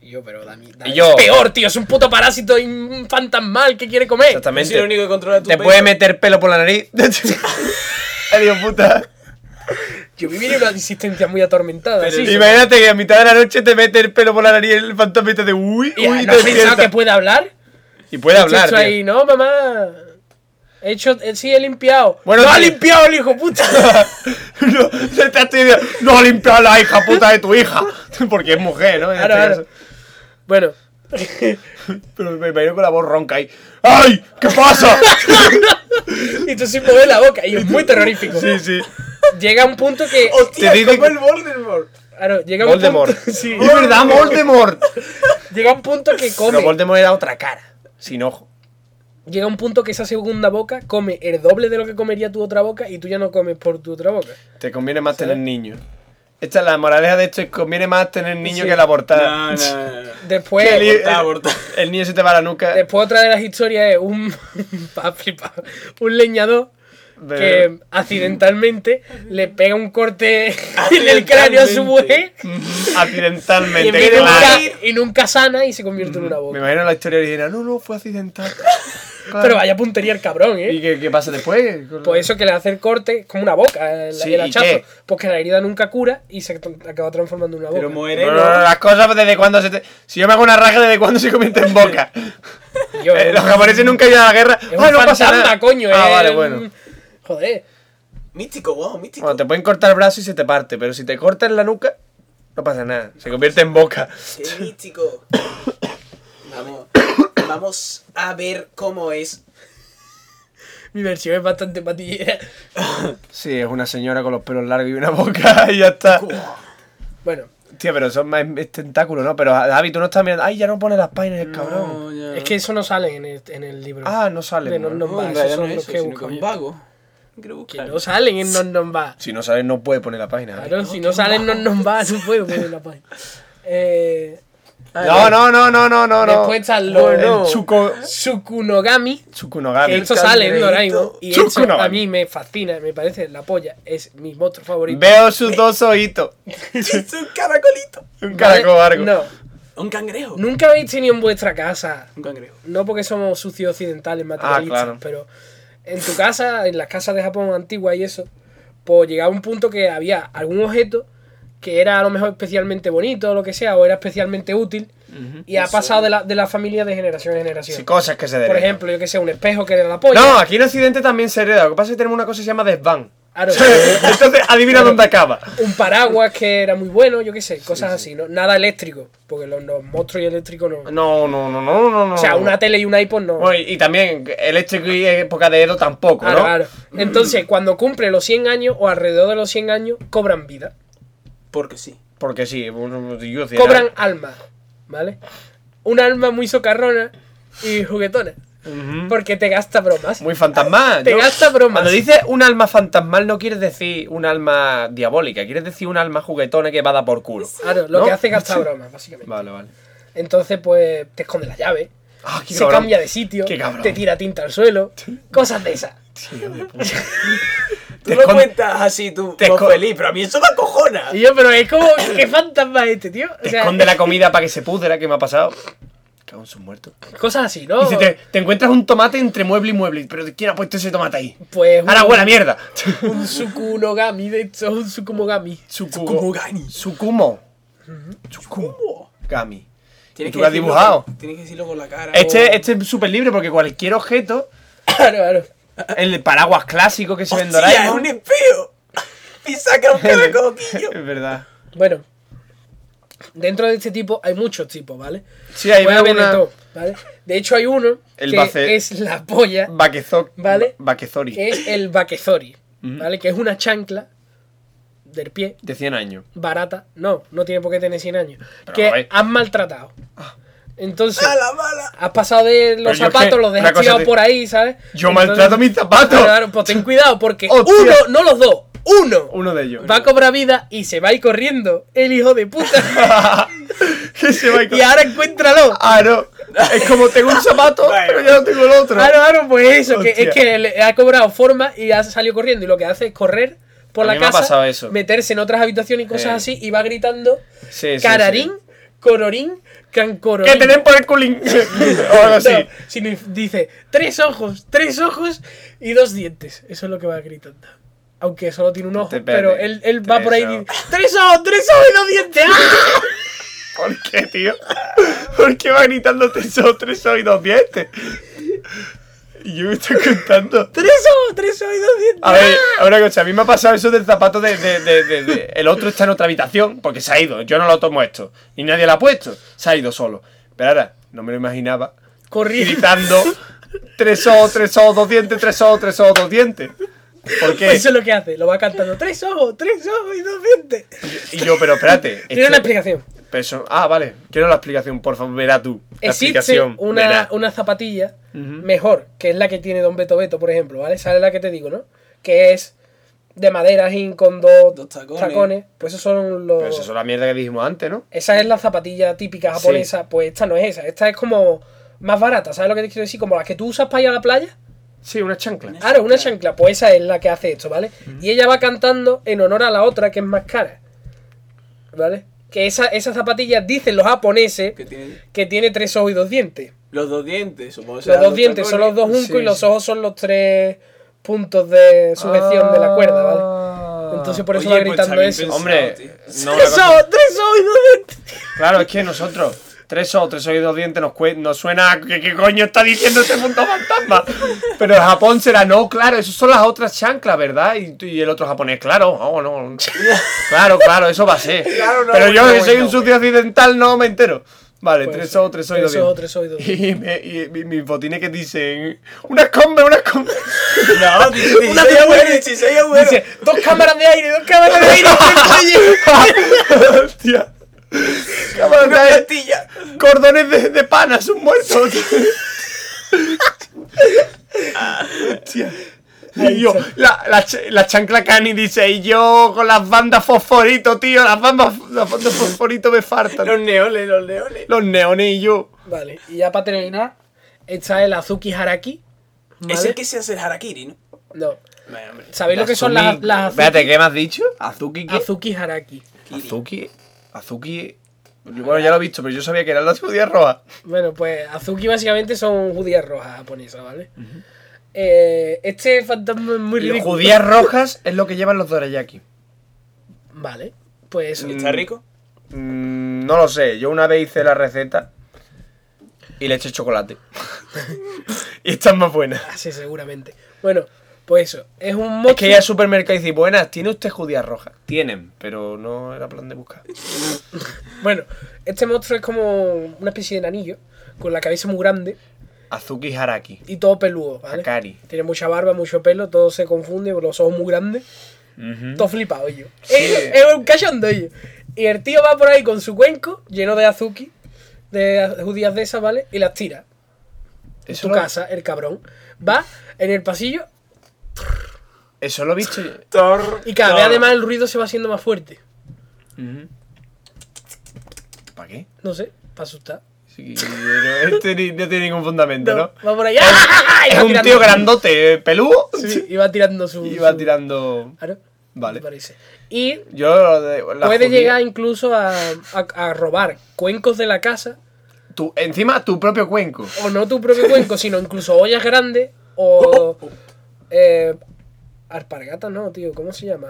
B: Y yo, pero Dami, Dami
A: Y yo-
B: es peor, tío, es un puto parásito y un fantasmal que quiere comer.
C: yo soy el único
A: Exactamente.
C: que controla tu
A: Te
C: pelo.
A: puede meter pelo por la
B: (laughs)
A: nariz. Ay, Dios puta.
B: Yo viví una existencia muy atormentada,
C: Pero
B: sí.
C: sí,
A: Imagínate que a mitad de la noche te mete el pelo por la nariz el fantasma y te dice, uy,
B: Y,
A: uy,
B: ¿No has
A: te
B: pensado que
A: despierta.
B: puede hablar?
A: Y puede hablar,
B: Esto
A: tío.
B: ahí, no, mamá. He hecho, eh, sí, he limpiado.
A: Bueno,
B: no ha
A: tío.
B: limpiado el hijo
A: (laughs)
B: puta.
A: (laughs) no, te estás diciendo, no ha limpiado la hija puta de tu hija. (laughs) Porque es mujer, ¿no? En
B: Claro,
A: este
B: claro.
A: caso.
B: Bueno, (laughs)
A: Pero me imagino con la voz ronca ahí. ¡Ay! ¿Qué pasa?
B: y tú sin mover la boca. Y es muy terrorífico.
A: (laughs) Sí, sí.
B: Llega un punto que.
C: Hostia,
A: Te digo
C: como
A: que-
C: el Voldemort.
B: Claro, llega un
A: Voldemort.
B: punto. (laughs) Sí,
A: Es verdad, Voldemort.
B: llega un punto que
A: Pero
B: come.
A: Voldemort era otra cara. Sin ojo.
B: Llega un punto que esa segunda boca come el doble de lo que comería tu otra boca y tú ya no comes por tu otra boca.
A: Te conviene más tener niños. Esta es la moraleja de esto: es conviene más tener niños
B: Sí.
A: que la
C: No,
A: portada.
C: no, no, no.
B: Después.
A: Qué lío.
C: Aborta, aborta.
A: El niño se te va a la nuca.
B: Después otra de las historias es un. (laughs) pa' flipar, un leñador
A: De-
B: que accidentalmente le pega un corte (laughs) en el cráneo a su mujer y, en
A: Accidentalmente.
B: vez de
A: claro.
B: nunca, y nunca sana y se convierte en una
A: Mm, Me
B: boca.
A: imagino la historia original. No, no, fue accidental. Claro.
B: (laughs) Pero vaya puntería el cabrón,
A: ¿Y
B: ¿eh?
A: qué, qué pasa después?
B: Pues eso que le hace el corte como una boca, el,
A: Sí,
B: el
A: ¿y
B: hachazo.
A: qué?
B: Porque la herida nunca cura y se t- acaba transformando en una boca.
C: Pero muere.
A: No, no, no, las cosas pues, desde cuando se te... Si yo me hago una raja, ¿desde cuándo se convierte en boca?
B: (laughs)
A: (laughs)
B: Yo-
A: Eh, los japoneses nunca iban a la guerra. (laughs)
B: Es un
A: ¡Ay, Ah, no pasa
B: fantasma,
A: nada!
B: coño, eh.
A: Ah,
B: es
A: vale,
B: un-
A: bueno.
B: Joder.
C: Místico, wow, místico.
A: Bueno, te pueden cortar el brazo y se te parte, pero si te cortan la nuca, no pasa nada. Se convierte en boca.
C: Qué místico. Vamos, vamos a ver cómo es.
B: Mi versión es bastante patillera.
A: Sí, es una señora con los pelos largos y una (laughs) boca y ya está.
B: Bueno,
A: Tío, pero son más es tentáculo, ¿no? Pero Javi, tú no estás mirando. Ay, ya no pone las páginas, el cabrón.
B: es que eso no sale en el, en el libro.
A: Ah, no sale.
B: De
A: bueno.
B: no-
C: no, en
B: esos
C: realidad
B: son
C: no es
B: los
C: eso,
B: que
C: sino
B: buscan.
C: que un vago. Quiero
B: Que
C: buscar.
B: no salen en Non Non Va.
A: Si no sale, no puede poner la página. Javi.
B: Claro, si no salen Non Non Va, no puedo poner la página. Eh,
C: Ah,
A: No, no, no, no, no, no. no.
B: Después están los-
A: El Tsuko-
B: Tsukunogami.
A: Tsukunogami.
B: Que esto sale en
C: cangrejito.
B: Doraemon. Y esto
A: Tsukunogami.
B: a mí me fascina, me parece la polla. Es mi monstruo favorito.
A: Veo sus dos ojitos.
C: (laughs) Es un caracolito.
A: Un
B: ¿Vale?
A: caracol largo.
B: No,
C: Un cangrejo.
B: nunca habéis tenido en vuestra casa
C: Un cangrejo.
B: no porque somos sucios occidentales materialistas,
A: Ah, claro.
B: pero en tu casa, en las casas de Japón antiguas y eso, pues llegaba un punto que había algún objeto que era a lo mejor especialmente bonito o lo que sea, o era especialmente útil, y ha pasado de la, de la familia de generación en generación.
A: Sí, cosas que se deben.
B: Por ejemplo, yo que sé, un espejo que era la polla.
A: No, aquí en Occidente también se hereda. Lo que pasa es que tenemos una cosa que se llama
B: (laughs)
A: desván. (laughs)
B: Claro.
A: Entonces, adivina dónde acaba.
B: Un paraguas que era muy bueno, yo qué sé, cosas así, ¿no? Nada eléctrico, porque los, los monstruos y eléctricos no.
A: No, no, no, no, no, no.
B: O sea, una tele y un iPod no.
A: Bueno, y y también, eléctrico y época de Edo tampoco,
B: Claro,
A: ¿no?
B: claro. Entonces, cuando cumple los 100 años o alrededor de los 100 años, cobran vida.
C: Porque sí.
A: Porque sí, bueno, yo decía-
B: Cobran alma, ¿vale? Un alma muy socarrona y juguetona.
A: Ujú.
B: Porque te gasta bromas.
A: Muy fantasmal.
B: Te
A: ¿no?
B: gasta bromas.
A: Cuando dices un alma fantasmal, no quieres decir un alma diabólica, quieres decir un alma juguetona que va a dar por culo.
B: Claro, lo
A: ¿No?
B: que hace
A: (laughs)
B: es gastar bromas, básicamente.
A: Vale, vale.
B: Entonces, pues, te esconde la llave.
A: Ah, qué
B: se
A: cabrón.
B: cambia de sitio.
A: Qué cabrón.
B: Te tira tinta al suelo. Cosas de esas.
C: Tú
A: Te
C: lo
A: escon-
C: cuentas así, tú,
A: te
C: vos
A: escon-
C: feliz, pero a mí eso me acojona.
B: Y yo, pero es como, ¿qué fantasma es este, tío? O
A: Te
B: sea,
A: esconde la comida para que se pudra, que me ha pasado. Cago en sus
B: (laughs)
A: muertos.
B: cosas así, ¿no?
A: Y si te, te encuentras un tomate entre mueble y mueble, pero ¿quién ha puesto ese tomate ahí?
B: Pues
A: ¡Ahora
B: un,
A: huele a
B: (laughs)
A: mierda!
B: un Sukunogami, de hecho, un Sukumogami.
A: Sukugo-
C: Como Gani.
A: Sukumo. Sukumo. Gami.
C: Tienes
A: tú lo has
C: decirlo
A: dibujado.
C: con- tienes que decirlo con la cara. o-
A: Este, este es súper libre porque cualquier objeto,
B: Claro, claro.
A: el paraguas clásico que se vende
C: Hostia, es un espejo. Y saca
B: (laughs)
C: un caracolillo.
A: (laughs) Es verdad.
B: Bueno, dentro de este tipo hay muchos tipos, ¿vale?
A: Sí, ahí
B: Puede
A: veo
B: haber de
A: una-
B: todo, ¿vale? De hecho, hay uno
A: El
B: que
A: bace-
B: es la polla,
A: Baquezo...
B: Vale. Eh.
A: ba- Baquezori.
B: que es el baquezori,
A: Mm.
B: ¿vale? Que es una chancla del pie,
A: De 100 años.
B: barata. No, no tiene por qué tener 100 años.
A: Pero, a
B: que
A: ver.
B: has maltratado.
A: Ah.
B: Entonces,
C: Mala, mala.
B: has pasado de los
A: Pero yo
B: zapatos,
A: qué,
B: los
A: una
B: dejas
A: cosa
B: tirados
A: te-
B: por ahí, ¿sabes?
A: Yo maltrato mis zapatos.
B: Claro, claro, pues ten cuidado, porque
A: (laughs) Hostia.
B: uno, no los dos, uno.
A: Uno de ellos.
B: Va a cobrar vida y se va a ir corriendo. El hijo
A: (laughs)
B: de puta.
A: (laughs) que se va a
B: y ahora encuéntralo.
A: Ah, no. Es como tengo un
C: (laughs)
A: zapato,
C: Vale.
A: pero ya no tengo el otro.
B: Claro, claro, pues eso, que
A: Hostia.
B: es que le ha cobrado forma y ha salido corriendo y lo que hace es correr por
A: A
B: la
A: mí me ha
B: casa,
A: pasado eso.
B: meterse en otras habitaciones y cosas
A: Eh.
B: así y va gritando
A: Sí, sí,
B: cararín, cororín, cancororín.
A: Que tenemos por el culín. (laughs) o algo así.
B: No, sino dice tres ojos, tres ojos y dos dientes. Eso es lo que va gritando. Aunque solo tiene un ojo,
A: Espérate.
B: pero él, él va
A: Tres
B: por ahí y
A: ojos.
B: dice tres ojos, tres ojos y dos dientes. ¡Ah!
A: ¿Por qué, tío? (laughs) ¿Por qué va gritando tres ojos, tres ojos y dos dientes? (laughs) Y yo me estoy contando.
B: Tres ojos, tres ojos y dos dientes. ¡Ah!
A: A ver, ahora cosa, a mí me ha pasado eso del zapato de, de- de- de- de- El otro está en otra habitación porque se ha ido. Yo no lo tomo esto. Y nadie lo ha puesto. Se ha ido solo. Pero ahora, no me lo imaginaba.
B: (laughs) Corriendo.
A: Gritando tres ojos, tres ojos, dos dientes, tres ojos, tres ojos, dos dientes. ¿Por qué?
B: Pues Eso es lo que hace, lo va cantando. Tres ojos, tres ojos y dos dientes.
A: Y yo, pero espérate.
B: (laughs) Tiene
A: esto-
B: una explicación.
A: pero eso- ah, vale. Quiero la explicación, por favor. Verá tú. La
B: Existe
A: explicación.
B: una,
A: verá.
B: una zapatilla mejor, que es la que tiene Don Beto Beto, por ejemplo, ¿vale? Sale la que te digo, ¿no? Que es de madera, así, con dos,
C: Dos tacones.
B: Pues esos son los...
A: Pero eso es la mierda que dijimos antes, ¿no?
B: Esa es la zapatilla típica
A: Sí.
B: japonesa. Pues esta no es esa. Esta es como más barata. ¿Sabes lo que te quiero decir? Como las que tú usas para ir a la playa.
A: Sí, una chancla.
B: Ahora, una chancla. Pues esa es la que hace esto, ¿vale? Y ella va cantando en honor a la otra que es más cara. ¿Vale? Que esa, esa zapatilla, dicen los japoneses,
C: Que tiene
B: que tiene tres ojos y dos dientes.
C: los dos dientes, supongo.
B: Los
C: que serán
B: dos dientes son los
C: tacones.
B: dos juncos
A: Sí,
B: y los
A: sí.
B: ojos son los tres puntos de sujeción de la cuerda, ¿vale? Entonces por eso va
C: Oye, pues
B: gritando
C: está bien
B: eso.
C: pensado.
A: Ah. Hombre,
B: (laughs)
C: Tío.
A: no, una
B: tres
A: cosa-
B: ojos, tres ojos y dos dientes.
A: claro, es que nosotros, tres ojos, tres ojos y dos dientes, nos, cue- nos suena a que qué coño está diciendo este mundo fantasma. Pero en Japón será, no, claro, eso son las otras chanclas, ¿verdad? Y, tú- y el otro japonés, claro, oh, no. Claro, claro, eso va a ser.
C: Claro, no,
A: Pero yo
C: no,
A: que soy
C: no,
A: un sucio accidental, no me entero. Vale,
B: Pues,
A: tres ojos, tres ojos y dos
B: tres ojos,
A: dientes.
B: tres ojos y dos dientes.
A: Y, me- y mi- mis botines que dicen, una escombre, una escombre.
C: (laughs) No, 16
B: Una tía
C: agüeros,
B: buena.
C: 16 agüeros.
B: Dice, dos cámaras de aire, dos cámaras de aire.
A: (laughs) Hostia. Cámara
C: Una
A: de aire.
C: plantilla.
A: Cordones de, de panas, un muerto. Hostia. Y yo, la, la, ch- la chancla cani dice, y yo con las bandas fosforito, tío, las bandas, las bandas fosforito me
C: Los
A: faltan.
C: neones, los neones.
A: Los neones y yo.
B: Vale, y ya para terminar, está el Azuki Haraki. ¿vale?
C: Es el que se hace el harakiri, ¿no?
B: No.
C: Vale, hombre.
B: ¿Sabéis lo que son las, las Azuki?
A: Espérate, ¿qué me has dicho? ¿Azuki qué?
B: Azuki Haraki.
A: Azuki. Azuki. Yo, Bueno, ya lo he visto, pero yo sabía que era la judía roja.
B: Bueno, pues Azuki básicamente son judías rojas japonesas, ¿vale? Eh, este fantasma es muy
A: Y
B: ridículo.
A: judías rojas es lo que llevan los dorayaki.
B: Vale, pues eso.
C: ¿Está rico?
A: Mm, no lo sé, yo una vez hice la receta y le eché chocolate. (laughs) y están más buenas.
B: Ah, sí, seguramente. Bueno, pues eso. Es un monstruo.
A: Es que ya al supermercado y dice, buenas, ¿tiene usted judías rojas? Tienen, pero no era plan de buscar.
B: Bueno, este monstruo es como una especie de anillo con la cabeza muy grande
A: Azuki Haraki.
B: y todo peludo, ¿vale?
A: Hakari.
B: Tiene mucha barba, mucho pelo, todo se confunde, los ojos muy grandes. Todo flipado, yo. Es, es un cachondo, yo. Y el tío va por ahí con su cuenco lleno de azuki, de az- judías de esas, ¿vale? Y las tira. En
A: Eso
B: su
A: lo-
B: casa, el cabrón. Va en el pasillo
A: Eso lo he visto. yo.
C: Thor.
B: y cada
C: Thor.
B: vez además el ruido se va haciendo más fuerte.
A: ¿Para qué?
B: No sé, para asustar.
A: Sí, (laughs) pero este ni- no tiene ningún fundamento, ¿no?
B: Va por ahí. ¡ah! Y
A: Es
B: va
A: un
B: tirando-
A: tío grandote, eh, peludo.
B: Sí, y va tirando su.
A: (laughs) Y va
B: su-
A: tirando.
B: Claro.
A: Vale.
B: me parece. Y
A: Yo lo de- la
B: puede
A: judía-
B: llegar incluso a, a- a robar cuencos de la casa,
A: tu- encima tu propio cuenco.
B: o no tu propio cuenco, sino incluso ollas grandes
A: Oh,
B: o. Eh, alpargatas, no, tío, ¿cómo se llama?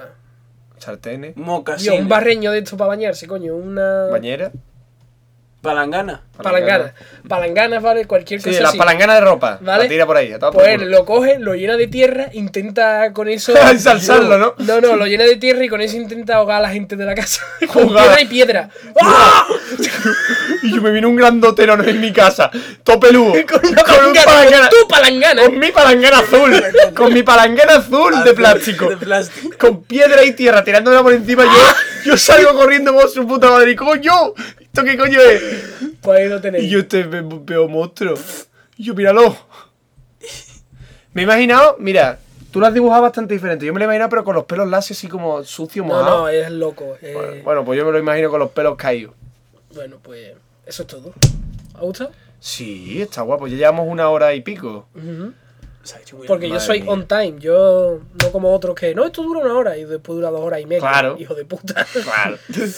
A: Sartenes.
B: Mm. Tío, un
C: Mocasín.
B: barreño de esto para bañarse, coño, una.
A: Ah, Bañera.
B: (laughs)
C: Palangana.
B: Palangana. Palanganas, ¿vale? Cualquier
A: Sí,
B: cosa.
A: las
B: así,
A: palanganas de ropa.
B: ¿Vale?
A: La tira por ahí. a tomar por
B: Pues
A: culo.
B: lo coge, lo llena de tierra, intenta
A: (laughs)
B: con eso.
A: Ensalzarlo, ¿no?
B: No, no, lo llena de tierra y con eso intenta ahogar a la gente de la casa. (laughs) con
A: Ahogar.
B: tierra y piedra. ¡Ah!
A: Y yo me vino un grandote enorme en mi casa. Todo peludo.
B: (laughs) Con una
A: Con un
B: palangana.
A: palangana-
B: Con tu palangana.
A: Con mi palangana
B: (laughs)
A: azul. Con mi palangana azul de plástico.
C: De plástico.
A: Con piedra y tierra tirándome por encima.
B: Ah.
A: Yo, yo salgo corriendo por su puta madre. Y coño, ¿esto qué coño es?
B: Pues ahí lo tenéis.
A: Y yo te ve- veo monstruo. Y yo, míralo. Me he imaginado, mira, tú lo has dibujado bastante diferente. Yo me lo he imaginado, pero con los pelos lacios así como sucio,
B: No,
A: mojado.
B: no, es loco. eh,
A: Bueno,
B: bueno,
A: bueno, pues yo me lo imagino con los pelos caídos.
B: pues eso es todo. ¿Ha gustado?
A: Sí, está guapo. Ya llevamos una hora y pico.
C: Se ha hecho muy
B: Porque yo
A: Madre
B: soy
A: mía.
B: on time. Yo no como otros que. No, esto dura una hora y después dura dos horas y media.
A: Claro.
B: Hijo de puta.
A: Claro.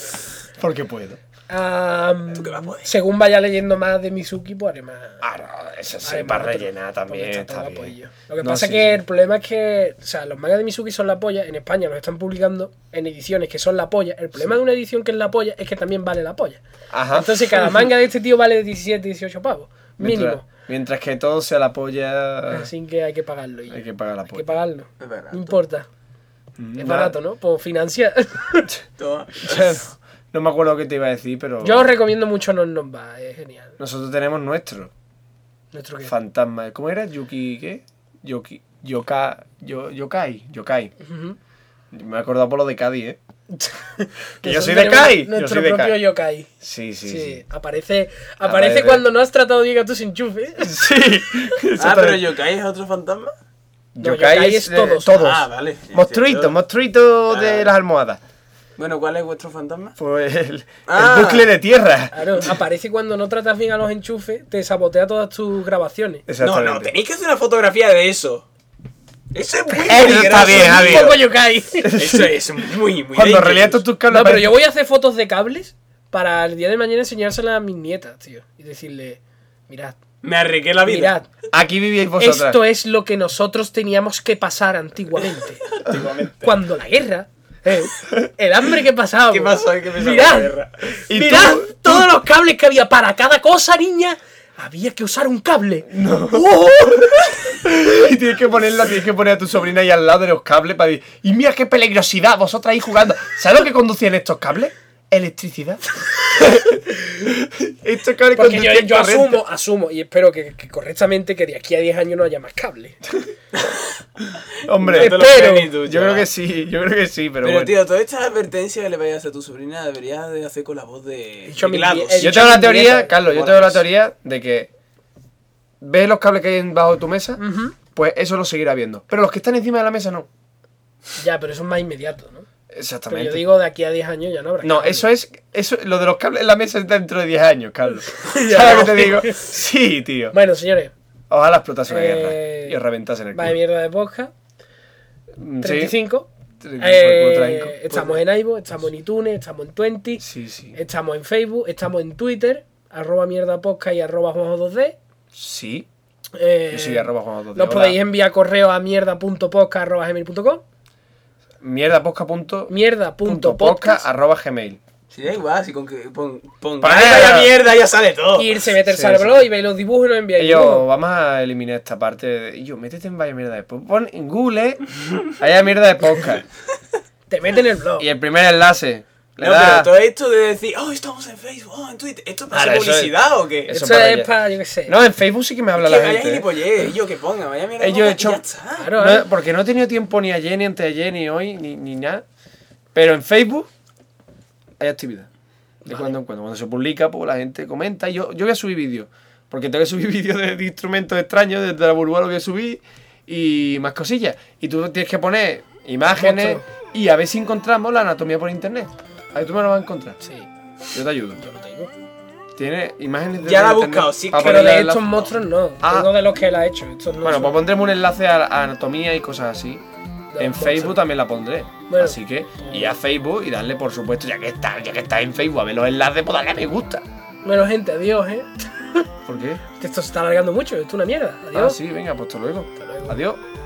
A: (laughs) Porque puedo.
B: (laughs) Am,
C: qué vas a poder?
B: según vaya leyendo más de Mizuki, pues haré más.
A: Ah, no, eso sí,
B: Haremos
A: para
B: otro,
A: rellenar
B: porque
A: también
B: está todo
A: está
B: la
A: bien.
B: polla. Lo que
A: No, sí,
B: pasa es que
A: sí.
B: el problema es que, o sea, los mangas de Mizuki son la polla, en España los están publicando en ediciones que son la polla. El problema de una edición que es la polla es que también vale la polla.
A: Ajá.
B: Entonces
A: (laughs)
B: cada manga de este tío vale 17, 18 pavos, mínimo.
A: Mientras, mientras que todo sea la polla,
B: Así que hay que pagarlo. y-
A: hay que pagar la
B: hay que
A: polla. Mm,
B: pagarlo.
C: Es barato.
B: No importa. Es barato, ¿no?
A: (laughs)
B: Pues financia. (laughs)
C: Toma.
A: No me acuerdo qué te iba a decir, pero
B: Yo os recomiendo mucho Non Nomba, es genial.
A: nosotros tenemos nuestro.
B: Nuestro que.
A: Fantasma. ¿Cómo era? Yuki, ¿qué? Yoki, yoka, yo, yokai, yokai.
B: Ujú.
A: Me he acordado por lo de Cádiz,
B: (laughs)
A: ¿eh? Que yo
B: Nosotros
A: soy de
B: tenemos
A: Kai, yo
B: Nuestro
A: soy de
B: propio
A: Kai.
B: yokai.
A: Sí, sí,
B: Sí,
A: sí.
B: Aparece, aparece,
A: Aparece.
B: cuando no has tratado de llegar a tus enchufes.
A: (laughs) Sí.
C: Ah, pero Yokai es otro fantasma.
B: No,
A: Yokai
B: yokai
A: es
B: es
A: eh,
B: todos.
A: todos.
C: Ah, vale. Sí,
A: Monstruito,
C: cierto.
A: monstruito de
C: Ah.
A: las almohadas.
C: Bueno, ¿cuál es vuestro fantasma?
A: Pues el, el
C: Ah.
A: bucle de tierra.
B: Claro, aparece cuando no tratas bien a los enchufes, te sabotea todas tus grabaciones.
C: No,
A: Exactamente.
C: no, tenéis que hacer una fotografía de eso. Eso es muy
A: Eso está
C: peligroso.
A: bien,
B: Un
A: amigo.
B: poco
A: (laughs)
B: yokai.
C: Eso es muy, muy
A: Cuando
C: dangerous.
A: relietas tus cables.
B: No, pero yo voy a hacer fotos de cables para el día de mañana enseñárselas a mis nietas, tío. Y decirle, mirad,
C: Me arrequé la vida.
B: mirad,
A: Aquí vivíais vosotras.
B: esto es lo que nosotros teníamos que pasar antiguamente.
C: Antiguamente.
B: Cuando la guerra, eh, el hambre que pasaba.
C: (laughs) ¿Qué pasó? ¿Qué pasó con la
B: mirad,
C: guerra?
A: Y
B: mirad
A: tú-
B: todos los cables que había para cada cosa, niña. Había que usar un cable. ¡Oh!
A: (laughs) Y tienes que ponerla, tienes que poner a tu sobrina ahí al lado de los cables para decir, y mira qué peligrosidad, vosotras ahí jugando. ¿Sabes lo que conducían estos cables? Electricidad. (laughs) estos cables
B: Porque yo,
A: conducían
B: yo
A: corriente.
B: asumo, asumo, y espero que, que correctamente que de aquí a 10 años no haya más cable.
A: Hombre,
C: No te lo
B: espero.
C: crees ni tú,
A: yo creo
C: chaval.
A: que sí, yo creo que sí, pero,
C: Pero,
A: bueno.
C: tío, todas estas advertencias que le vayas a hacer a tu sobrina deberías de hacer con la voz de
B: Dicho a mi
C: Glados.
B: tía- el-
A: yo tengo la
B: mi
A: teoría,
B: nieta,
A: Carlos, yo
C: hola,
A: tengo la
B: pues.
C: sí.
A: teoría de que ves los cables que hay bajo tu mesa,
B: Mm.
A: pues eso lo seguirá viendo. Pero los que están encima de la mesa no.
B: Ya, pero eso es más inmediato, ¿no? Pero
A: Exactamente.
B: yo digo de aquí a 10 años ya no habrá.
A: No,
B: cable.
A: eso es. Eso, lo de los cables en la mesa es dentro de 10 años,
B: (laughs)
A: Carlos.
B: Ya
A: ¿Sabes lo que
B: no.
A: te digo? Sí, tío.
B: Bueno, señores,
A: Ojalá explotase una
B: Eh,
A: guerra y os reventase en el
B: va de
A: culo.
B: mierda de podcast.
A: Mm, sí.
B: 35.
A: Tre-
B: Eh, eh,
A: culo traigo.
B: estamos en Ivo, estamos en iTunes, estamos en Twenty,
A: Sí, sí.
B: estamos en Facebook, estamos en Twitter, arroba mierda podcast y arroba juanjo 2D.
A: Sí.
B: Eh,
A: Yo soy arroba juanjo 2D,
B: Nos
A: hola.
B: podéis enviar correo a mierda.podcast.gmail.com
A: Mierdaposca.podcast punto podcast
B: mierda.podcast
A: arroba gmail.
C: Sí, da igual, si con que pon, pon
A: Para-
C: la mierda ya sale todo.
B: y irse a meterse
A: Sí,
B: al
A: sí.
B: blog y veis los dibujos y nos enviáis
A: Yo,
B: dibujos.
A: vamos a eliminar esta parte. de- y Yo, métete en vaya mierda de podcast. Pon en Google, (laughs) haya mierda de podcast.
B: Te meten en el blog.
A: Y el primer enlace. Le
C: No,
A: da-
C: pero todo esto de decir, oh, estamos en Facebook, oh, en Twitter, ¿esto es para
A: Ahora,
C: hacer
A: eso es-
C: publicidad o qué?
A: eso
B: Eso,
A: para
B: es
A: allá.
B: para, yo qué sé.
A: No, en Facebook sí que me habla
C: que
A: la
C: vaya
A: gente. ¿eh?
C: gilipollez, yo que ponga, vaya mierda.
A: Ellos
C: ponga,
A: he hecho-
C: ya está.
B: Claro,
A: No,
B: ¿eh?
A: porque no he tenido tiempo ni ayer, ni antes de ayer, ni hoy, ni, ni nada. Pero en Facebook hay actividad. De cuando en cuando. Cuando se publica, pues la gente comenta. Y Yo, yo voy a subir vídeos. Porque tengo que subir (laughs) vídeos de, de instrumentos extraños. Desde la burbuja lo voy a subir. Y más cosillas. Y tú tienes que poner imágenes. Y a ver si encontramos la anatomía por internet. A ver, tú me lo vas a encontrar.
B: Sí,
A: Yo te ayudo.
B: yo lo tengo.
A: Tiene imágenes de.
C: Ya la he
A: internet
C: buscado, sí,
A: para
B: Pero
A: ponerla
B: de
A: en la-
B: estos monstruos no.
A: Ah.
B: Tengo de los que él ha hecho. Estos no
A: Bueno,
B: son-
A: pues pondremos un enlace a, a anatomía y cosas así.
B: De
A: En
B: los
A: Facebook
B: boxers.
A: también la pondré.
B: Bueno.
A: Así que, y a Facebook y darle, por supuesto, ya que está, ya que está en Facebook, a ver los enlaces, pues darle a me gusta.
B: Bueno, gente, adiós, ¿eh?
A: ¿Por qué?
B: Que Esto se está alargando mucho. Esto es una mierda. Adiós.
A: Ah, sí, venga, pues hasta luego.
B: Hasta luego.
A: Adiós.